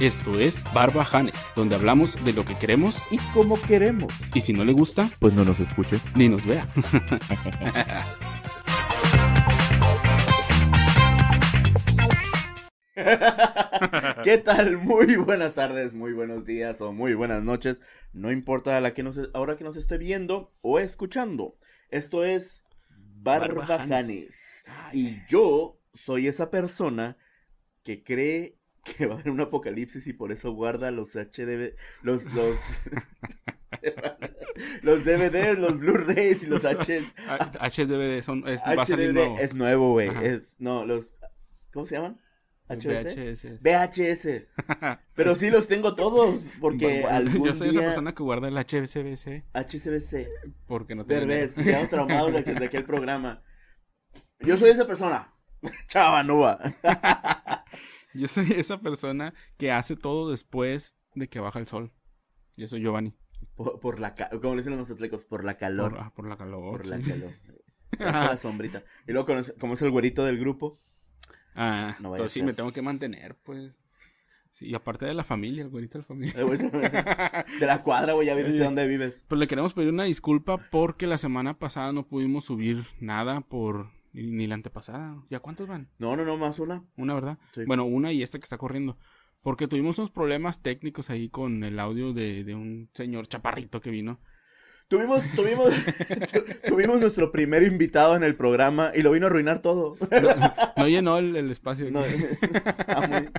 Esto es Barbajanes, donde hablamos de lo que queremos y cómo queremos. y si no le gusta, Pues no nos escuche. ni nos vea. ¿Qué tal? Muy buenas tardes, muy buenos días o muy buenas noches. No importa la que nos, ahora que nos esté viendo o escuchando. Esto es Barbajanes. Barbajanes. Y yo soy esa persona que cree que va a haber un apocalipsis y por eso guarda los HDV, los, los, los DVDs, los Blu-rays y los H, Ah, HDVD son, es- va a salir nuevo. HDD es nuevo, güey. Ajá. Es, no, los, ¿cómo se llaman? ¿HVC? VHS. VHS. Pero sí los tengo todos, porque Bueno, algún Yo soy día esa persona que guarda el HBCBC HCBC, porque no tiene Derbez, dinero. quedamos traumados de- desde aquel programa. Yo soy esa persona. Chava Nuba. Yo soy esa persona que hace todo después de que baja el sol. Yo soy Giovanni. Por, por la ca- como le dicen los atléticos, por la Por, calor. ah, por la calor. Por la sí. calor. Por la sombrita. Y luego, como es- como es el güerito del grupo, Ah, No vaya a entonces sí ser. me tengo que mantener, pues. Sí, y aparte de la familia, el güerito de la familia. de vuelta- de la cuadra, güey, ya vienes de dónde vives. Pues le queremos pedir una disculpa porque la semana pasada no pudimos subir nada por ni ni la antepasada. ¿Ya cuántos van? No, no, no, más una. Una, ¿verdad? Sí. Bueno, una y esta que está corriendo. Porque tuvimos unos problemas técnicos ahí con el audio de, de un señor chaparrito que vino. Tuvimos, tuvimos, tu- tuvimos nuestro primer invitado en el programa y lo vino a arruinar todo. No llenó el, el espacio. No, ah, muy-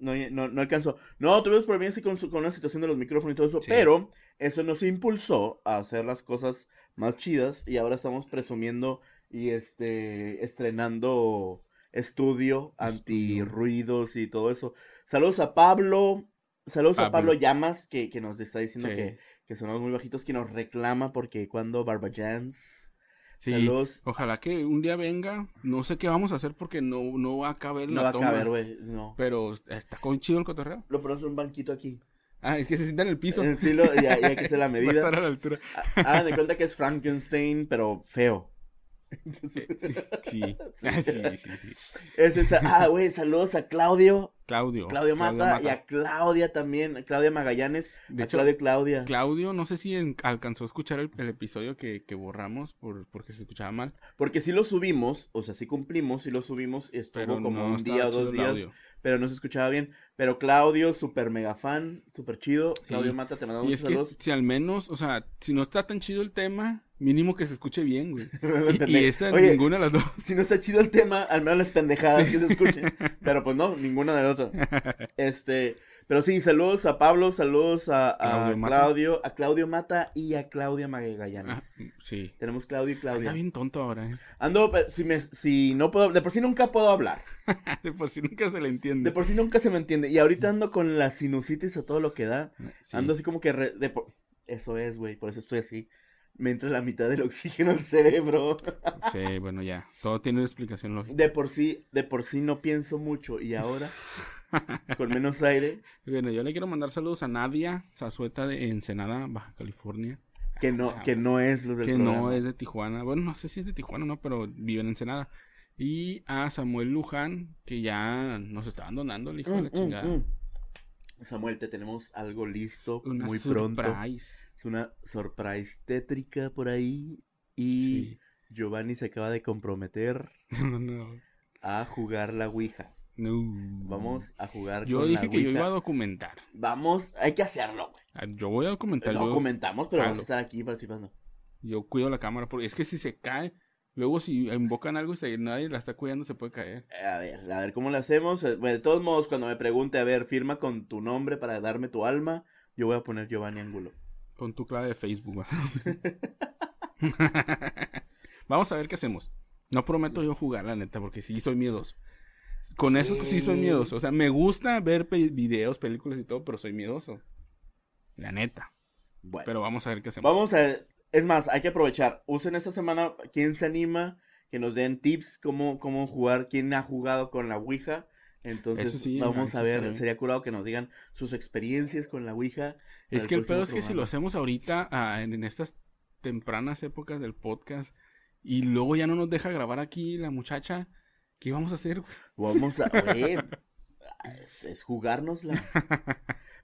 no, no, no alcanzó. No, tuvimos problemas sí, con, su- con la situación de los micrófonos y todo eso, Sí. pero eso nos impulsó a hacer las cosas más chidas y ahora estamos presumiendo y este estrenando estudio anti ruidos y todo eso. Saludos a Pablo. Saludos a Pablo. Pablo Llamas, que, que nos está diciendo Sí. que, que sonamos muy bajitos, que nos reclama porque cuando Barbajans. Sí. Saludos. Ojalá que un día venga. No sé qué vamos a hacer porque no, no va a caber No la va a toma. caber, güey. No. Pero está con chido el cotorreo. Lo ponemos en un banquito aquí. Ah, es que se sienta en el piso. Eh, Sí, lo, y, hay- y hay que hacer la Va a medida. estar a la altura. Ha- Hagan de cuenta que es Frankenstein, pero feo. Eh, Sí, sí, sí. Ah, sí, sí, sí. Es esa- Ah, güey, saludos a Claudio, Oh, Claudio. Claudio Mata, y a Claudia también, a Claudia Magallanes, De a hecho, Claudio y Claudia. Claudio, no sé si en- alcanzó a escuchar el, el episodio que, que borramos por, porque se escuchaba mal, Porque sí lo subimos, o sea, sí cumplimos, sí lo subimos, y estuvo pero como no un estaba día o chido dos el días, audio. pero no se escuchaba bien. Pero Claudio, super mega fan, super chido. Claudio Mata, te mandamos Y muchos es que saludos. si al menos, o sea, si no está tan chido el tema, mínimo que se escuche bien, güey. Las Y, y pendejas. esa Oye, ninguna de las dos. Si no está chido el tema, al menos las pendejadas Sí. que se escuchen. Pero pues no, ninguna de la otra. Este, pero sí, saludos a Pablo, saludos a, a Claudio Mata. Claudio, a Claudio Mata y a Claudia Ah, Magallanes. sí. Tenemos Claudio y Está Claudia. bien tonto ahora, ¿eh? Ando, pe- si, me, si no puedo, de por sí nunca puedo hablar. De por si nunca se le De entiende. por sí nunca se me entiende. Y ahorita ando con la sinusitis a todo lo que da. Sí. Ando así como que... re- de por- Eso es, güey, por eso estoy así. Me entra la mitad del oxígeno al cerebro. Sí, bueno, ya. Todo tiene una explicación lógica. De por sí, de por sí no pienso mucho y ahora con menos aire Bueno, yo le quiero mandar saludos a Nadia Zazueta de Ensenada, Baja California. que no que no es los del que no programa. es de Tijuana. Bueno, no sé si es de Tijuana o no, pero vive en Ensenada. Y a Samuel Luján, que ya nos estaban donando el hijo de la Mm, mm, chingada. mm. Samuel, te tenemos algo listo Una muy pronto. surprise. Es una surprise tétrica por ahí y Sí. Giovanni se acaba de comprometer No, no. a jugar la Ouija. No. Vamos a jugar Mm. Yo con la dije que yo Ouija. iba a documentar. Vamos, hay que hacerlo, güey. Ah, Yo voy a documentar. yo- Documentamos, pero vamos Hazlo. a estar aquí participando. Yo, cuido la cámara. Porque es que si se cae, luego si invocan algo y se- nadie la está cuidando, se puede caer. A ver, a ver, ¿cómo lo hacemos? Eh, Bueno, de todos modos, cuando me pregunte, a ver, firma con tu nombre para darme tu alma, yo voy a poner Giovanni Angulo. Pon tu clave de Facebook. vas. Vamos a ver qué hacemos. No prometo yo jugar, la neta, porque sí soy miedoso. Con eso sí soy Sí. miedoso. O sea, me gusta ver pe- videos, películas y todo, pero soy miedoso. La neta. Bueno, Pero vamos a ver qué hacemos. vamos a ver. Es más, hay que aprovechar. Usen esta semana, ¿quién se anima? Que nos den tips, cómo, cómo jugar, quién ha jugado con la Ouija. Eso Entonces, sí, vamos eso a ver, estaría bien. sería curado que nos digan sus experiencias con la Ouija. Es al que el próximo pedo es que si programa. lo hacemos ahorita, ah, en, en estas tempranas épocas del podcast, y luego ya no nos deja grabar aquí la muchacha, ¿Qué vamos a hacer? güey? Vamos a ver. es, es jugárnosla.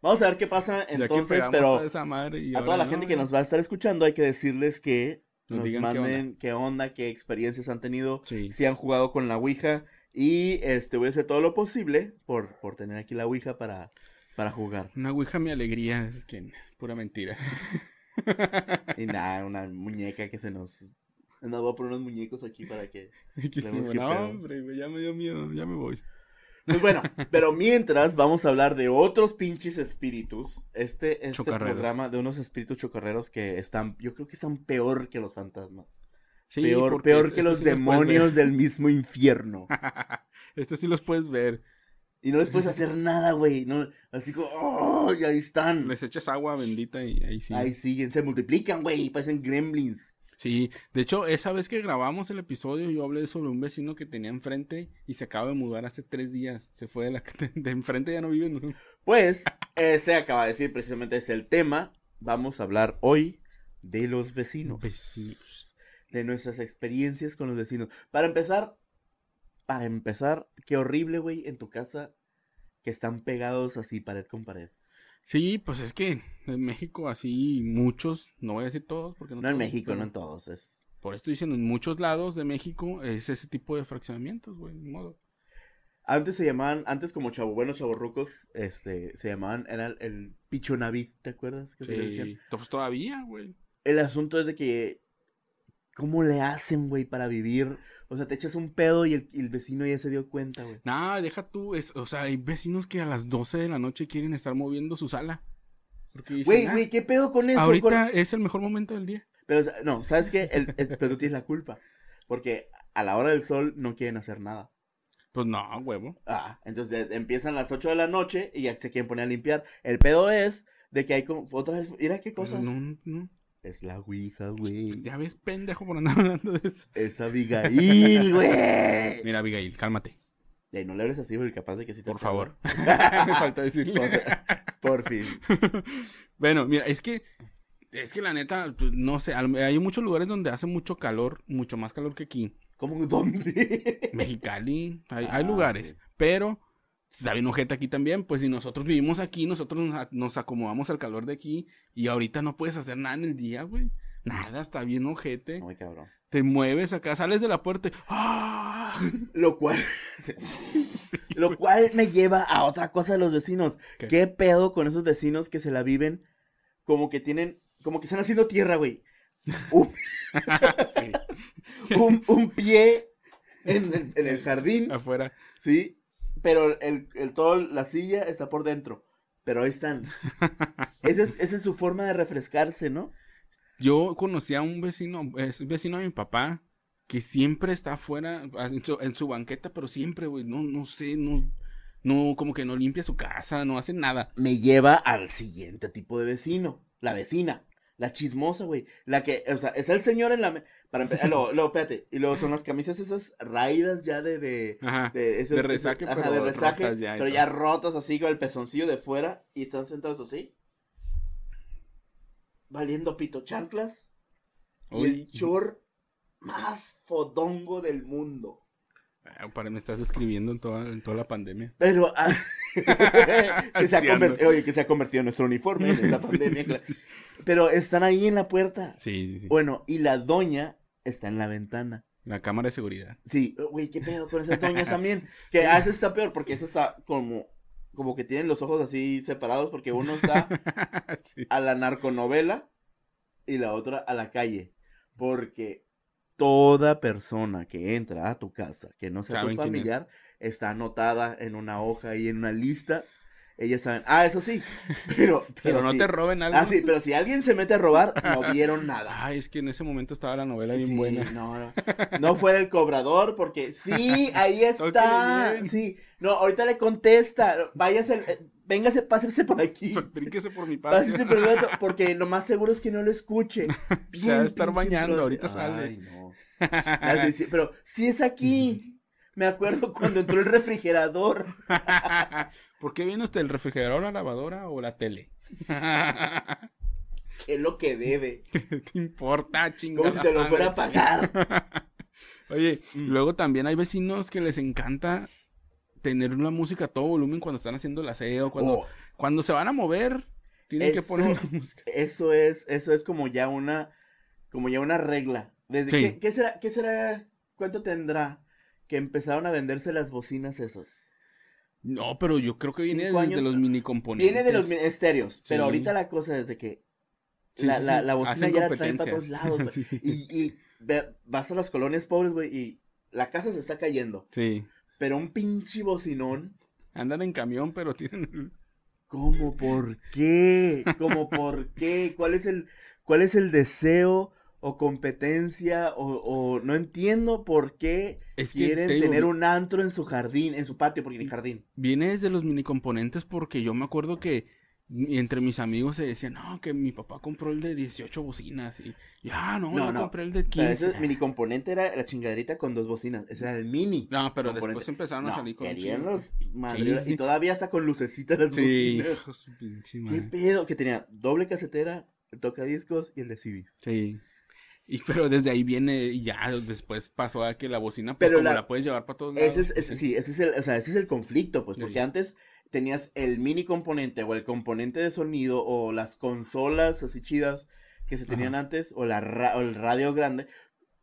Vamos a ver qué pasa Ya que entonces, pegamos pero toda esa madre y a toda ahora la no, gente que güey. nos va a estar escuchando hay que decirles que Nos nos, digan qué manden qué onda. qué experiencias han tenido, Sí. si han jugado con la Ouija y este voy a hacer todo lo posible por, por tener aquí la Ouija para, para jugar. Una ouija mi alegría, es que pura mentira. Y nada, una muñeca que se nos... Nos voy a poner unos muñecos aquí para que... Que sí, Vemos qué bueno, pedo. hombre, güey, ya me dio miedo, ya me voy. Pues bueno, pero mientras vamos a hablar de otros pinches espíritus. Este, este Chocarreros. programa de unos espíritus chocarreros que están, yo creo que están peor que los fantasmas. Sí, peor porque peor esto- que esto los sí puedes ver. demonios del mismo infierno. Estos sí los puedes ver. Y no les puedes hacer nada, güey. No, así como, ¡oh! Y ahí están. Les echas agua bendita y ahí sí. Ahí siguen, se multiplican, güey. Parecen gremlins. Sí, de hecho, esa vez que grabamos el episodio, yo hablé sobre un vecino que tenía enfrente y se acaba de mudar hace tres días. Se fue de la de enfrente, ya no vive. ¿no? Pues, eh, se acaba de decir, precisamente es el tema. Vamos a hablar hoy de los vecinos. Pues Vecinos. de nuestras experiencias con los vecinos. Para empezar, para empezar, qué horrible, güey, en tu casa que están pegados así pared con pared. Sí, pues es que en México así muchos, no voy a decir todos porque no. No en todos, México, pero no en todos, es Por esto dicen, en muchos lados de México es ese tipo de fraccionamientos, güey, ni modo. antes se llamaban, antes como chavo, buenos chavorrucos, este, se llamaban, era el, el pichonaví, ¿te acuerdas? Que se le decían? Sí, pues todavía, güey. El asunto es de que, ¿cómo le hacen, güey, para vivir? O sea, te echas un pedo y el, y el vecino ya se dio cuenta, güey. Nah, deja tú, es, o sea, hay vecinos que a las 12 de la noche quieren estar moviendo su sala. Porque dicen, Güey, "Ah, güey, ¿qué pedo con eso? ahorita Con- es el mejor momento del día. Pero, o sea, no, ¿sabes qué? El, es- pero tú tienes la culpa. Porque a la hora del sol no quieren hacer nada. Pues no, huevo. Ah, entonces empiezan las 8 de la noche y ya se quieren poner a limpiar. El pedo es de que hay como. Otra vez, mira qué Pero cosas. No, no. Es la Ouija, güey. Ya ves, pendejo, por andar hablando de eso. Es Abigail, güey. Mira, Abigail, cálmate, Ey, no le hables así, porque capaz de que sí te por salga. favor. Me falta Por, decirle. por fin. Bueno, mira, es que, es que la neta, pues, no sé, al- hay muchos lugares donde hace mucho calor, mucho más calor que aquí. ¿Cómo? ¿Dónde? Mexicali, hay, Ah, hay lugares, sí. pero está bien ojete aquí también, pues si nosotros vivimos aquí, nosotros nos, a- nos acomodamos al calor de aquí y ahorita no puedes hacer nada en el día, güey. Nada, está bien ojete. Muy cabrón. Te mueves acá, sales de la puerta. y- ¡Ah! Lo cual. Sí, Lo güey. cual me lleva a otra cosa de los vecinos. ¿Qué? ¿Qué? pedo con esos vecinos que se la viven como que tienen, como que están haciendo tierra, güey? Un, Sí, un- un pie en el, en el jardín, afuera. ¿sí? Pero el, el todo, la silla está por dentro. Pero ahí están. Esa es, esa es su forma de refrescarse, ¿no? Yo conocí a un vecino, es un vecino de mi papá, que siempre está afuera, en su, en su banqueta, pero siempre, güey, no, no sé, no, no, como que no limpia su casa, no hace nada. Me lleva al siguiente tipo de vecino, la vecina. La chismosa, güey. La que, o sea, es el señor en la... me- Para empezar, luego, luego, espérate. Y luego son las camisas esas raídas ya de, de, Ajá. de, esas- De esas- resaque, ajá, pero de resaque, rotas ya y pero todo. ya rotas así con el pezoncillo de fuera y están sentados así. Valiendo pito chanclas y Uy. el chor más fodongo del mundo. Ah, Para me estás describiendo en toda, en toda la pandemia. Pero ah, que, se ha Así convert- ando. oye, que se ha convertido en nuestro uniforme en esta Sí, pandemia. sí, claro. sí. Pero están ahí en la puerta. Sí, sí, sí. Bueno, y la doña está en la ventana. La cámara de seguridad. Sí, güey, qué pedo con esas doñas también. Que a veces está peor porque eso está como, como que tienen los ojos así separados porque uno está Sí. a la narconovela y la otra a la calle. Porque toda persona que entra a tu casa, que no sea Saben tu quién es. familiar, está anotada en una hoja y en una lista. Ellas saben, ah, eso sí, pero, pero, Pero no sí. te roben algo. Ah, sí, pero si alguien se mete a robar, no vieron nada. Ay, es que en ese momento estaba la novela bien Sí, buena. No, no. No fuera el cobrador, porque sí, ahí está. Tóquele bien. Sí, no, ahorita le contesta. Váyase, eh, véngase, pásese por aquí. Pues, Bríquese por Ah, mi padre. Pásese por el otro, porque lo más seguro es que no lo escuche. Se va a estar pinche bañando, trote. ahorita sale. Ay, no. Ah, sí, sí, pero si es aquí. Me acuerdo cuando entró el refrigerador. ¿Por qué viene usted el refrigerador, la lavadora o la tele? que es lo que debe? ¿Qué te importa, chingada? Como si te lo Mm. madre? fuera a pagar. Oye, luego también hay vecinos que les encanta tener una música a todo volumen cuando están haciendo el aseo, cuando, Oh, cuando se van a mover, tienen que Eso- poner una música. eso es, eso es como ya una, como ya una regla. Desde, Sí. ¿qué, qué será, qué será, cuánto tendrá que empezaron a venderse las bocinas esas? No, pero yo creo que viene Cinco desde años. los mini componentes. Viene de los mi- estéreos, pero Sí. ahorita la cosa es de que Sí, la, sí, la- sí, la bocina hacen ya la traen para competencia. todos lados, güey. Sí. Y, y ve- vas a las colonias pobres, güey, y la casa se está cayendo. Sí. Pero un pinche bocinón, Andan en camión, pero tienen. ¿cómo por qué? ¿Cómo por qué? ¿Cuál es el, cuál es el deseo o competencia? O, o no entiendo por qué Es que quieren te digo, tener vi- un antro en su jardín, en su patio, porque ni jardín. Viene desde los mini componentes porque yo me acuerdo que mi- entre mis amigos se decían, no, que mi papá compró el de 18 bocinas. Y ya, no, No, yo no. compré el de O sea, 15. ese mini componente era la chingaderita con dos bocinas. Ese era el mini. no, pero componente. después empezaron a No, salir con. un querían chingo. los madres- sí. Y todavía hasta con lucecitas las Sí, bocinas. hijo de su pinche ¿Qué madre. pedo? Que tenía doble casetera, el tocadiscos y el de CDs. Sí. Y pero desde ahí viene, y ya después pasó a que la bocina, pues Pero como la- la... puedes llevar para todos lados. Ese es, ese- sí, ese es el, o sea, ese es el conflicto, pues, Sí. porque antes tenías el mini componente o el componente de sonido o las consolas así chidas que se tenían antes o, la ra- o el radio grande.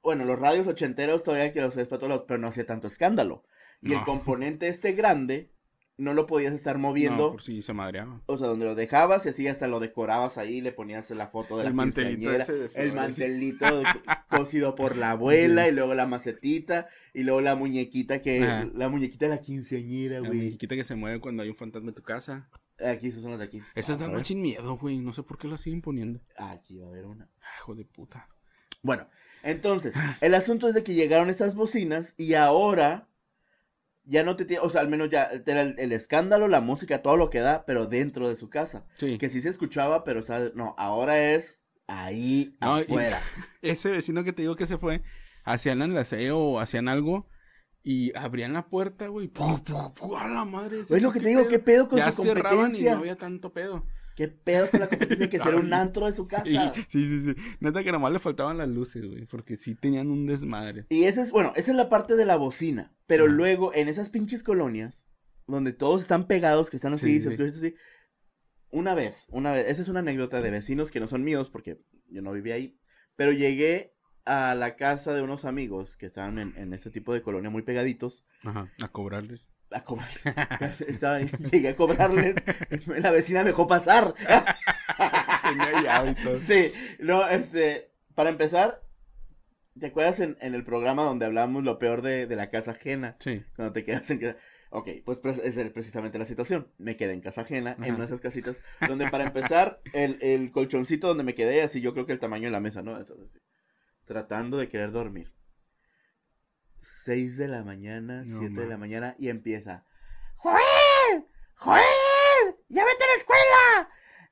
Bueno, los radios ochenteros todavía que los ves para todos lados, pero no hacía tanto escándalo. Y el No. componente este grande no lo podías estar moviendo. No, por si se madreaba. O sea, donde lo dejabas y así hasta lo decorabas ahí, le ponías la foto de la El mantelito quinceañera, ese de el flores. mantelito de- cosido por la abuela y luego la macetita y luego la muñequita que Ajá. la muñequita de la quinceañera, La güey. muñequita que se mueve cuando hay un fantasma en tu casa. Aquí esas son las de aquí. Esas Ah, dan a ver. más sin miedo, güey. No sé por qué las siguen poniendo. Aquí va a haber una. Ah, Hijo de puta. Bueno, entonces, Ah. el asunto es de que llegaron esas bocinas y ahora ya no te tiene, o sea, al menos ya este era el, el escándalo, la música, todo lo que da, pero dentro de su casa. Sí. Que sí se escuchaba, pero o sea, no, ahora es ahí No, y- afuera. Ese vecino que te digo que se fue, hacían el aseo o hacían algo y abrían la puerta, güey. ¡Pu, pu, pu! ¡A la madre! Es lo que te digo, ¿qué pedo con Ya su cerraban y no competencia? había tanto pedo. ¿Qué pedo con la competencia que Está será un bien. antro de su Sí, casa? sí, sí, sí. Neta que nomás le faltaban las luces, güey. Porque sí tenían un desmadre. Y esa es, bueno, esa es la parte de la bocina. Pero Ajá. luego, en esas pinches colonias, donde todos están pegados, que están así, Sí, sí. se escucha así. Una vez, una vez, esa es una anécdota de vecinos que no son míos porque yo no vivía ahí. Pero llegué a la casa de unos amigos que estaban en, en este tipo de colonia muy pegaditos. Ajá. A cobrarles. a cobrarles. Estaba ahí, llegué a cobrarles. La vecina me dejó pasar. Tenía llave y todo. Sí, no, este, para empezar, ¿te acuerdas en, en el programa donde hablábamos lo peor de, de la casa ajena? Sí. Cuando te quedas en casa. Ok, pues pre- esa es precisamente la situación. Me quedé en casa ajena, en Ajá. una de esas casitas, donde para empezar, el, el colchoncito donde me quedé, así yo creo que el tamaño de la mesa, ¿no? Eso, así, Tratando de querer dormir. 6 de la mañana, No 7 de la mames. mañana, y empieza. ¡Joel! ¡Joel! ¡Ya vete a la escuela!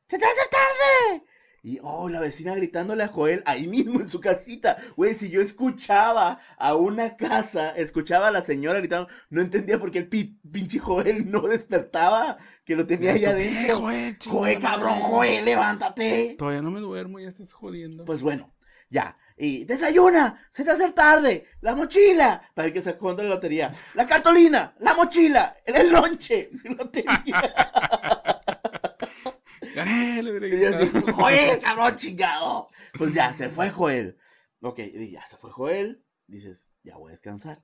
¡Se te va a hacer tarde! Y, oh, la vecina gritándole a Joel ahí mismo en su casita. Güey, si yo escuchaba a una casa, escuchaba a la señora gritando, no entendía por qué el pi- pinche Joel no despertaba, que lo tenía ahí ¡Eh, adentro. Joel, chica, Joel, cabrón, Joel, levántate. Todavía no me duermo, ya estás jodiendo. Pues bueno, ya. Y desayuna, se te hace tarde, la mochila, para el que se jugando la lotería, la cartolina, la mochila, el, el lonche, lotería. Gané, le hubiera Y yo así, gritado. Joel, cabrón, chingado. Pues ya, se fue Joel. Ok, y ya se fue Joel, dices, ya voy a descansar.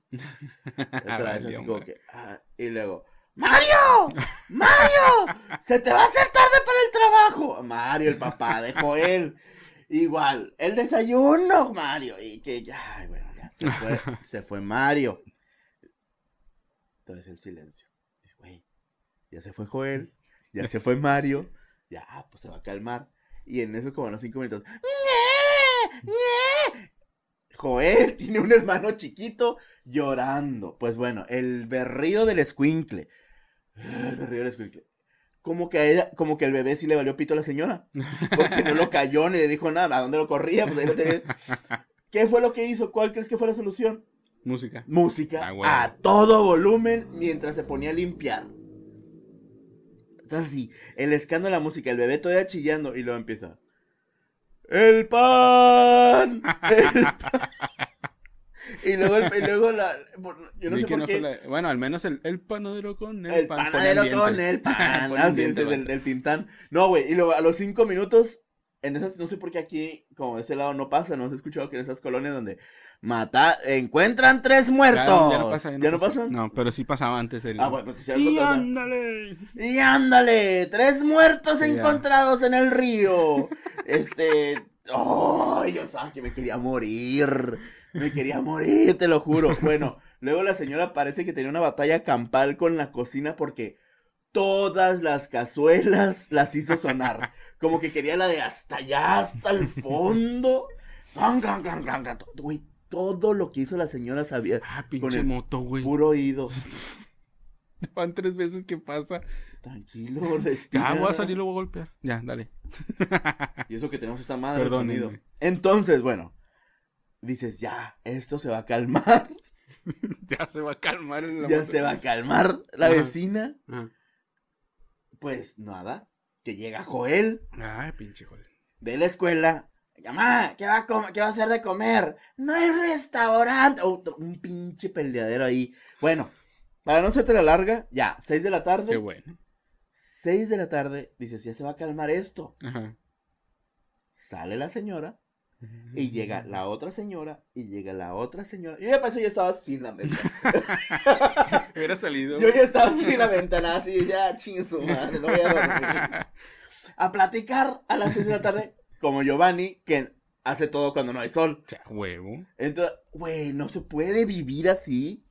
Otra vez así Valió, como madre. que, ah, y luego, ¡Mario! ¡Mario! ¡Se te va a hacer tarde para el trabajo! Mario, el papá de Joel. Igual, el desayuno, Mario. Y que ya, ay, bueno, ya, se fue, se fue Mario. Entonces el silencio. Dices, güey, ya se fue Joel, ya se fue Mario, ya, ah, pues se va a calmar. Y en eso, como a los cinco minutos, ¡ñe! ¡ñe! Joel tiene un hermano chiquito llorando. Pues bueno, el berrido del escuincle. El berrido del escuincle. Como que, a ella- como que el bebé sí le valió pito a la señora. Porque no lo cayó ni le dijo nada. ¿A dónde lo corría? Pues ahí lo tenía. ¿Qué fue lo que hizo? ¿Cuál crees que fue la solución? Música. música Ah, bueno. a todo volumen mientras se ponía a limpiar. Entonces así, el escándalo de la música, el bebé todavía chillando y luego empieza. ¡El pan! ¡El pan! Y luego, el- y luego la. por- yo no Di sé que por no fue qué. la- Bueno, al menos el, el panadero con el, El pan. ponen panadero con diente. el pan. Ponen Ah, sí, diente, ese del, vato. del tintán. No, güey. Y luego a los cinco minutos, en esas, no sé por qué aquí, como de ese lado no pasa, no has escuchado que en esas colonias donde mata, encuentran tres muertos. Ya, no- ya no pasa, ya no pasa. pasan? No, pero sí pasaba antes. El... Ah, bueno, pues, ya Y otra cosa. ándale. Y ándale, tres muertos Ya. encontrados en el río. Este, oh, yo sabía que me quería morir. Me quería morir, te lo juro. Bueno, luego la señora parece que tenía una batalla campal con la cocina porque todas las cazuelas las hizo sonar. Como que quería la de hasta allá, hasta el fondo. Clan, clan, clan, clan, clan. Güey, todo lo que hizo la señora sabía. Ah, pinche el moto, güey. Puro oído. Van tres veces que pasa. Tranquilo, respira. Ya, voy a salir, lo voy a golpear. Ya, dale. Y eso que tenemos esta madre de Perdónenme. sonido. Entonces, bueno, dices, ya, esto se va a calmar. Ya se va a calmar el ya se va a calmar la Ajá. vecina. Ajá. Pues nada, que llega Joel Ay, pinche joder. de la escuela. Mamá, ¿qué va a, com- qué va a hacer de comer? No hay restaurante. Otro- un pinche peleadero ahí. Bueno, para no hacerte la larga, ya, 6 de la Qué tarde. bueno. 6 de la tarde, dices, ya se va a calmar esto. Ajá. Sale la señora. Y llega la otra señora, y llega la otra señora. Yo ya pasó, ya estaba sin la ventana. Hubiera salido. Yo ya estaba sin la ventana, así, ya chingue su madre, no voy a dormir. A platicar a las 6 de la tarde, como Giovanni, que hace todo cuando no hay sol. Cha, huevo. Entonces, güey, no se puede vivir así.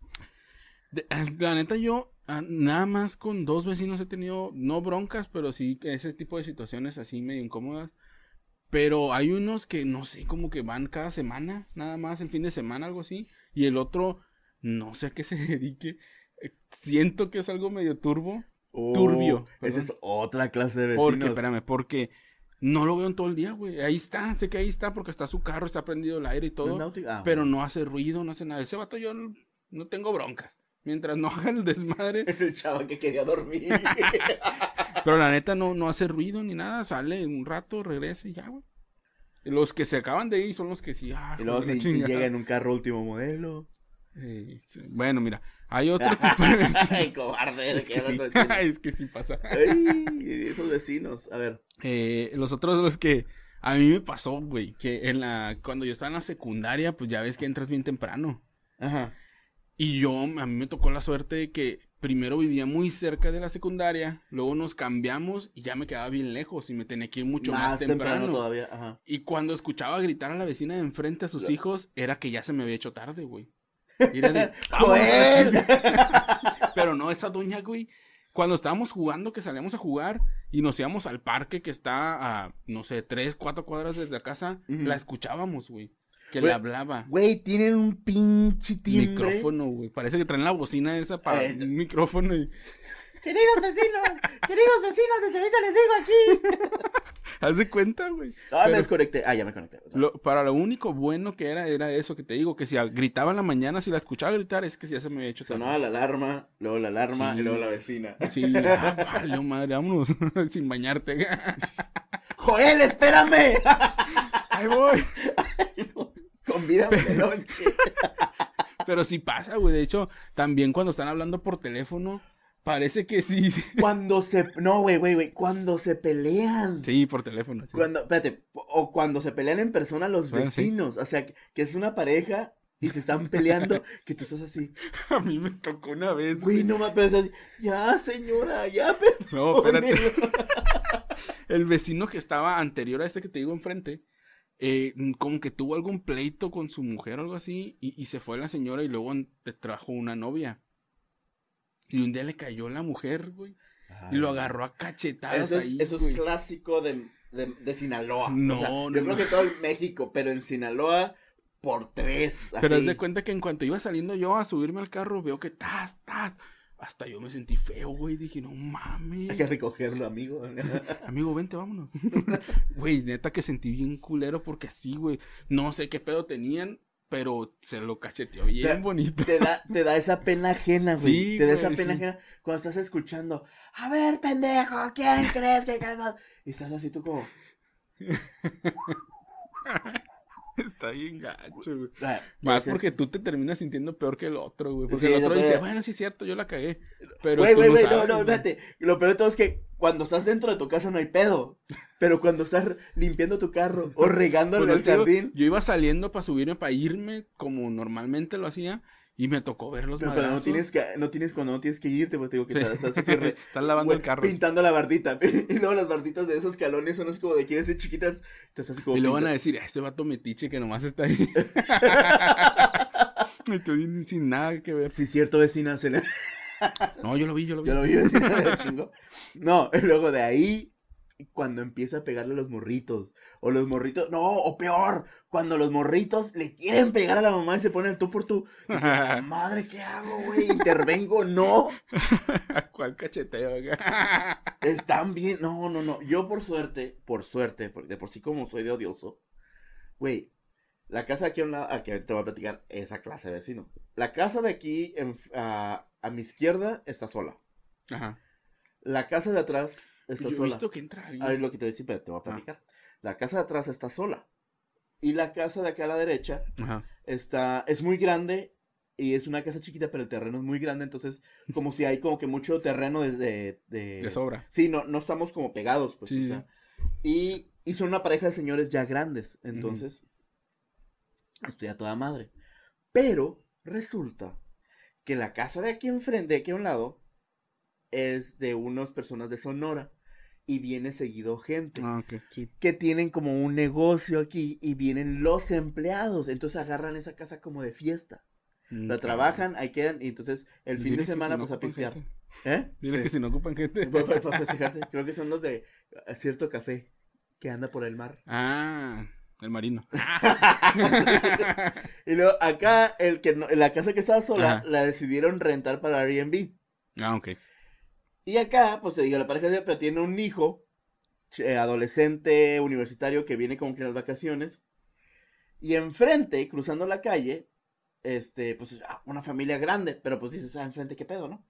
De- ah, la neta, yo ah, nada más con dos vecinos he tenido, no broncas, pero sí que ese tipo de situaciones así medio incómodas. Pero hay unos que no sé, como que van cada semana, nada más el fin de semana, algo así. Y el otro, no sé a qué se dedique. Eh, Siento que es algo medio turbo. Turbio, Oh, Esa perdón. es otra clase de vecinos. Porque, espérame, porque no lo veo en todo el día, güey. Ahí está, sé que ahí está porque está su carro, está prendido el aire y ¿No es todo. náutico? Ah, pero bueno. no hace ruido, no hace nada. Ese vato yo no- no tengo broncas. Mientras no haga el desmadre. Es el chavo que quería dormir. Pero la neta no, no hace ruido ni nada. Sale un rato, regresa y ya, güey. Los que se acaban de ir son los que sí. Ah, y luego joder, si la si chingada. llega en un carro último modelo. Eh, sí. Bueno, mira, hay otro tipo de Ay, vecinos. cobarde. es que eres sí, otro vecino. es que sí pasa. Ay, esos vecinos. A ver. Eh, los otros los que a mí me pasó, güey, que en la cuando yo estaba en la secundaria, pues ya ves que entras bien temprano. Ajá. Y yo, a mí me tocó la suerte de que primero vivía muy cerca de la secundaria, luego nos cambiamos y ya me quedaba bien lejos y me tenía que ir mucho más, temprano. todavía. Ajá. Y cuando escuchaba gritar a la vecina de enfrente a sus Lo- hijos, era que ya se me había hecho tarde, güey. Y era de, "Vámonos a la ¡Joel! chingada". Pero no, esa doña, güey. Cuando estábamos jugando, que salíamos a jugar y nos íbamos al parque que está a, no sé, tres, cuatro cuadras desde la casa, Ujú. la escuchábamos, güey. Que Güey, le hablaba. Güey, tienen un pinche timbre. Micrófono, güey. Parece que traen la bocina esa para Eh, un micrófono y Queridos vecinos, queridos vecinos, de servicio les digo aquí. haz de cuenta, güey. Ah, me Pero- desconecté. Ah, ya me conecté. Lo- para lo único bueno que era, era eso que te digo, que si a- gritaba en la mañana, si la escuchaba gritar, es que si ya se me había hecho tarde. Sonaba la alarma, luego la alarma Sí. y luego la vecina. Sí, ah, valió madre, vámonos, sin bañarte. ¡Joel, espérame! Ahí voy. Convídame de lonche. Pero sí pasa, güey. De hecho, también cuando están hablando por teléfono, parece que sí. Cuando se. No, güey, güey, güey. Cuando se pelean. Sí, por teléfono. sí. Cuando, espérate, o cuando se pelean en persona los Bueno, sí. vecinos, o sea, que, que es una pareja y se están peleando, que tú estás así, A mí me tocó una vez, güey, güey. no me pero estás así, ya señora, ya, pero... No, espérate. El vecino que estaba anterior a este que te digo enfrente, eh, como que tuvo algún pleito con su mujer o algo así, y, y se fue la señora y luego te trajo una novia. Y un día le cayó la mujer, güey. Y lo agarró a cachetadas Eso es, ahí, eso es güey. clásico de, de, de Sinaloa. No, yo no, creo no. que todo el México, pero en Sinaloa por tres. Así. Pero haz de cuenta que en cuanto iba saliendo yo a subirme al carro, veo que tas, tas. Hasta yo me sentí feo, güey. Dije, no Hay que mames. recogerlo, amigo. Amigo, vente, vámonos. Güey, neta que sentí bien culero porque así, güey. No sé qué pedo tenían, pero se lo cacheteó Te- bien bonito. Te da, te da esa pena ajena, güey. Sí, te da güey, esa pena sí. ajena cuando estás escuchando. A ver, pendejo, ¿quién crees que cagó? Y estás así tú como. Está bien gacho, güey. Ah, Más pues, porque tú te terminas sintiendo peor que el otro, güey. Porque Sí, el yo otro te- dice, bueno, sí es cierto, yo la cagué. Pero Güey, tú güey, no güey, sabes, no, no, güey. espérate. Lo peor de todo es que cuando estás dentro de tu casa no hay pedo. Pero cuando estás limpiando tu carro o regándole Por el eso digo, jardín. Yo iba saliendo para subirme, para irme, como normalmente lo hacía, y me tocó ver los Pero cuando no Pues madrazos. tienes que, no tienes, cuando no tienes que irte, pues te digo que estás, estás así re- Estás lavando güey, el carro. Pintando la bardita. Y luego las barditas de esos calones son así como de quieres ser chiquitas. Entonces así como Y luego van pinta- a decir, "Ah, este vato metiche que nomás está ahí. Y tú sin- sin nada que ver. Sí, cierto, vecina, se le... No, yo lo vi, yo lo vi. Yo lo vi vecina, de chingo. No, y luego de ahí, cuando empieza a pegarle a los morritos. O los morritos, no, o peor, cuando los morritos le quieren pegar a la mamá y se ponen el tú por tú. Ah. Madre, ¿qué hago, güey? ¿Intervengo? No. ¿Cuál cacheteo? acá? Están bien. No, no, no. Yo por suerte, por suerte, por- de por sí como soy de odioso, güey, la casa de aquí a un lado, aquí ahorita te voy a platicar esa clase de vecinos. La casa de aquí en- a, a mi izquierda está sola. Ajá. La La casa de atrás está Yo he sola. visto que entra alguien. Ah, es lo que te voy a decir, pero te voy a platicar. La casa de atrás está sola. Y la casa de acá a la derecha Ajá. está, es muy grande y es una casa chiquita, pero el terreno es muy grande, entonces como si hay como que mucho terreno desde... De, De sobra. Sí, no, no estamos como pegados, pues. Sí, o sí, sea. Y, y son una pareja de señores ya grandes, entonces estoy a toda madre. Pero resulta que la casa de aquí enfrente, de aquí a un lado, es de unas personas de Sonora y viene seguido gente Ah, ok, sí. que tienen como un negocio aquí y vienen los empleados. Entonces agarran esa casa como de fiesta. La Mm, trabajan, ahí quedan y entonces el fin de Diles que semana si no pues a ocupan pistear. gente. ¿Eh? Diles que si no ocupan gente. Para, festejarse. Creo que son los de eh, cierto café que anda por el mar. Ah, el marino. Y luego acá el que no- la casa que estaba sola Ajá. la decidieron rentar para Airbnb. Ah, ok. Y acá, pues te digo, la pareja de- pero tiene un hijo, ch- eh, adolescente, universitario, que viene como que en las vacaciones. Y enfrente, cruzando la calle, este, pues ah, una familia grande, pero pues dices, ah, enfrente, ¿qué pedo, no?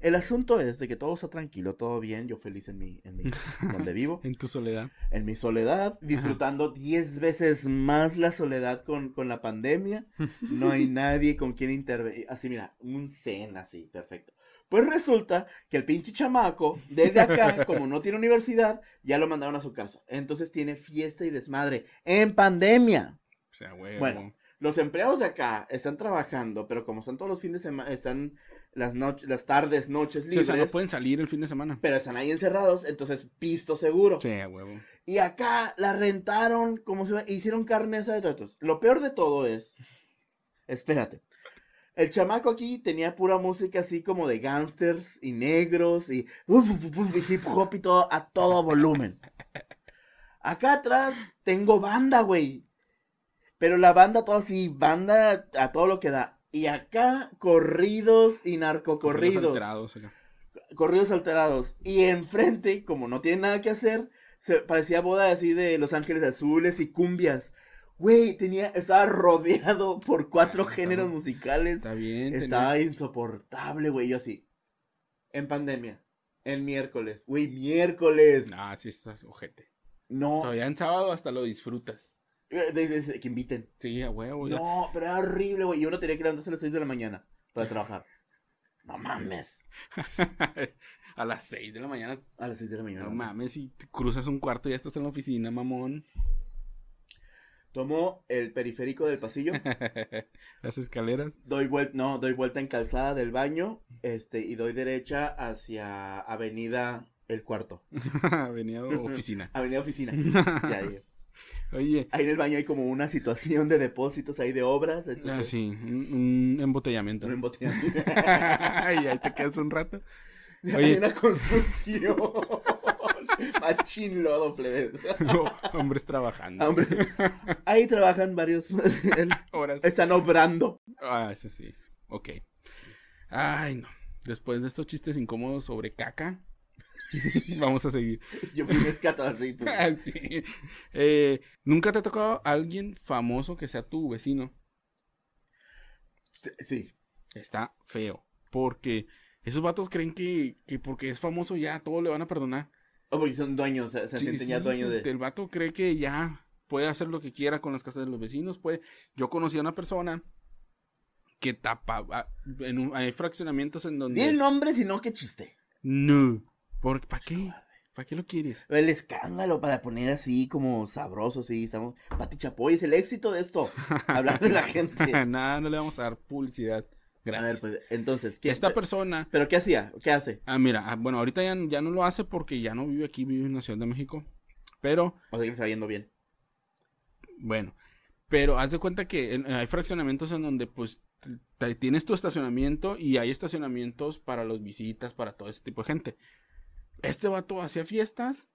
El asunto es de que todo está tranquilo, todo bien, yo feliz en mi, en mi, donde vivo, En tu soledad. en mi soledad, disfrutando 10 veces más la soledad con, con la pandemia. No hay nadie con quien intervenir. Así, mira, un zen así, perfecto. Pues resulta que el pinche chamaco, desde acá, como no tiene universidad, ya lo mandaron a su casa. Entonces tiene fiesta y desmadre en pandemia. O sea, güey. Bueno. güey. Los empleados de acá están trabajando, pero como están todos los fines de semana, están las, noches, las tardes, noches Sí, o libres, sea, no pueden salir el fin de semana. pero están ahí encerrados, entonces pisto seguro. Sí, a huevo. Y acá la rentaron, como se e hicieron carne esa de tratos. Lo peor de todo es, espérate, el chamaco aquí tenía pura música así como de gangsters y negros y, uf, uf, uf, y hip hop y todo a todo volumen. Acá atrás tengo banda, güey. Pero la banda todo así, banda a todo lo que da. Y acá corridos y narcocorridos alterados acá. corridos alterados. Y enfrente, como no tiene nada que hacer, se parecía boda así de Los Ángeles Azules y cumbias. Güey, tenía, estaba rodeado por cuatro Ah, está géneros bien. musicales. Está bien. tenía- Estaba insoportable, güey. Yo así. En pandemia. En miércoles. Güey, miércoles. Ah, sí, estás ojete. No. Todavía en sábado hasta lo disfrutas. eh, de- de- de- que inviten. Sí, a huevo. ya. No, pero era horrible, güey. Y uno tenía que levantarse a las 6 de la mañana para trabajar. No mames. a las 6 de la mañana. A las 6 de la mañana. No mames, si te cruzas un cuarto y ya estás en la oficina, mamón. Tomo el periférico del pasillo. Las escaleras. Doy vuelta, no, doy vuelta en calzada del baño, este, y doy derecha hacia Avenida El Cuarto. Venía a oficina. Avenida Oficina. Y ahí, Oye, ahí en el baño hay como una situación de depósitos ahí de obras. ah, Entonces, sí, un, un embotellamiento. un embotellamiento. y ahí te quedas un rato. Hay Oye. una construcción. Machín lodo, plebes. Oh, hombres trabajando. Ah, Hombre, ahí trabajan varios. Horas. Están obrando. Ah, eso sí. Ok. Ay, no. Después de estos chistes incómodos sobre caca, vamos a seguir. Yo fui rescatadorcito. Ah, sí. Eh, ¿Nunca te ha tocado alguien famoso que sea tu vecino? Sí, sí. Está feo. Porque esos vatos creen que, que porque es famoso ya todo le van a perdonar. O Oh, porque son dueños, se, se Sí, sienten ya sí, dueños sí, de. El vato cree que ya puede hacer lo que quiera con las casas de los vecinos. Puede... Yo conocí a una persona que tapaba. En un- hay fraccionamientos en donde. Di el nombre, sino que chiste. No. ¿Por, ¿Para qué? ¿Para qué lo quieres? El escándalo para poner así como sabroso, así. Estamos... Pati Chapoy es el éxito de esto. Hablar de la gente. Nada, no le vamos a dar publicidad. A Gracias. ver, pues, entonces, ¿qué, Esta pe- persona. ¿pero qué hacía? ¿Qué hace? Ah, mira, ah, bueno, ahorita ya, ya no lo hace porque ya no vive aquí, vive en la Ciudad de México. Pero, O seguir sabiendo bien. bueno, pero haz de cuenta que en- hay fraccionamientos en donde pues t- t- tienes tu estacionamiento y hay estacionamientos para los visitas, para todo ese tipo de gente. Este vato hacía fiestas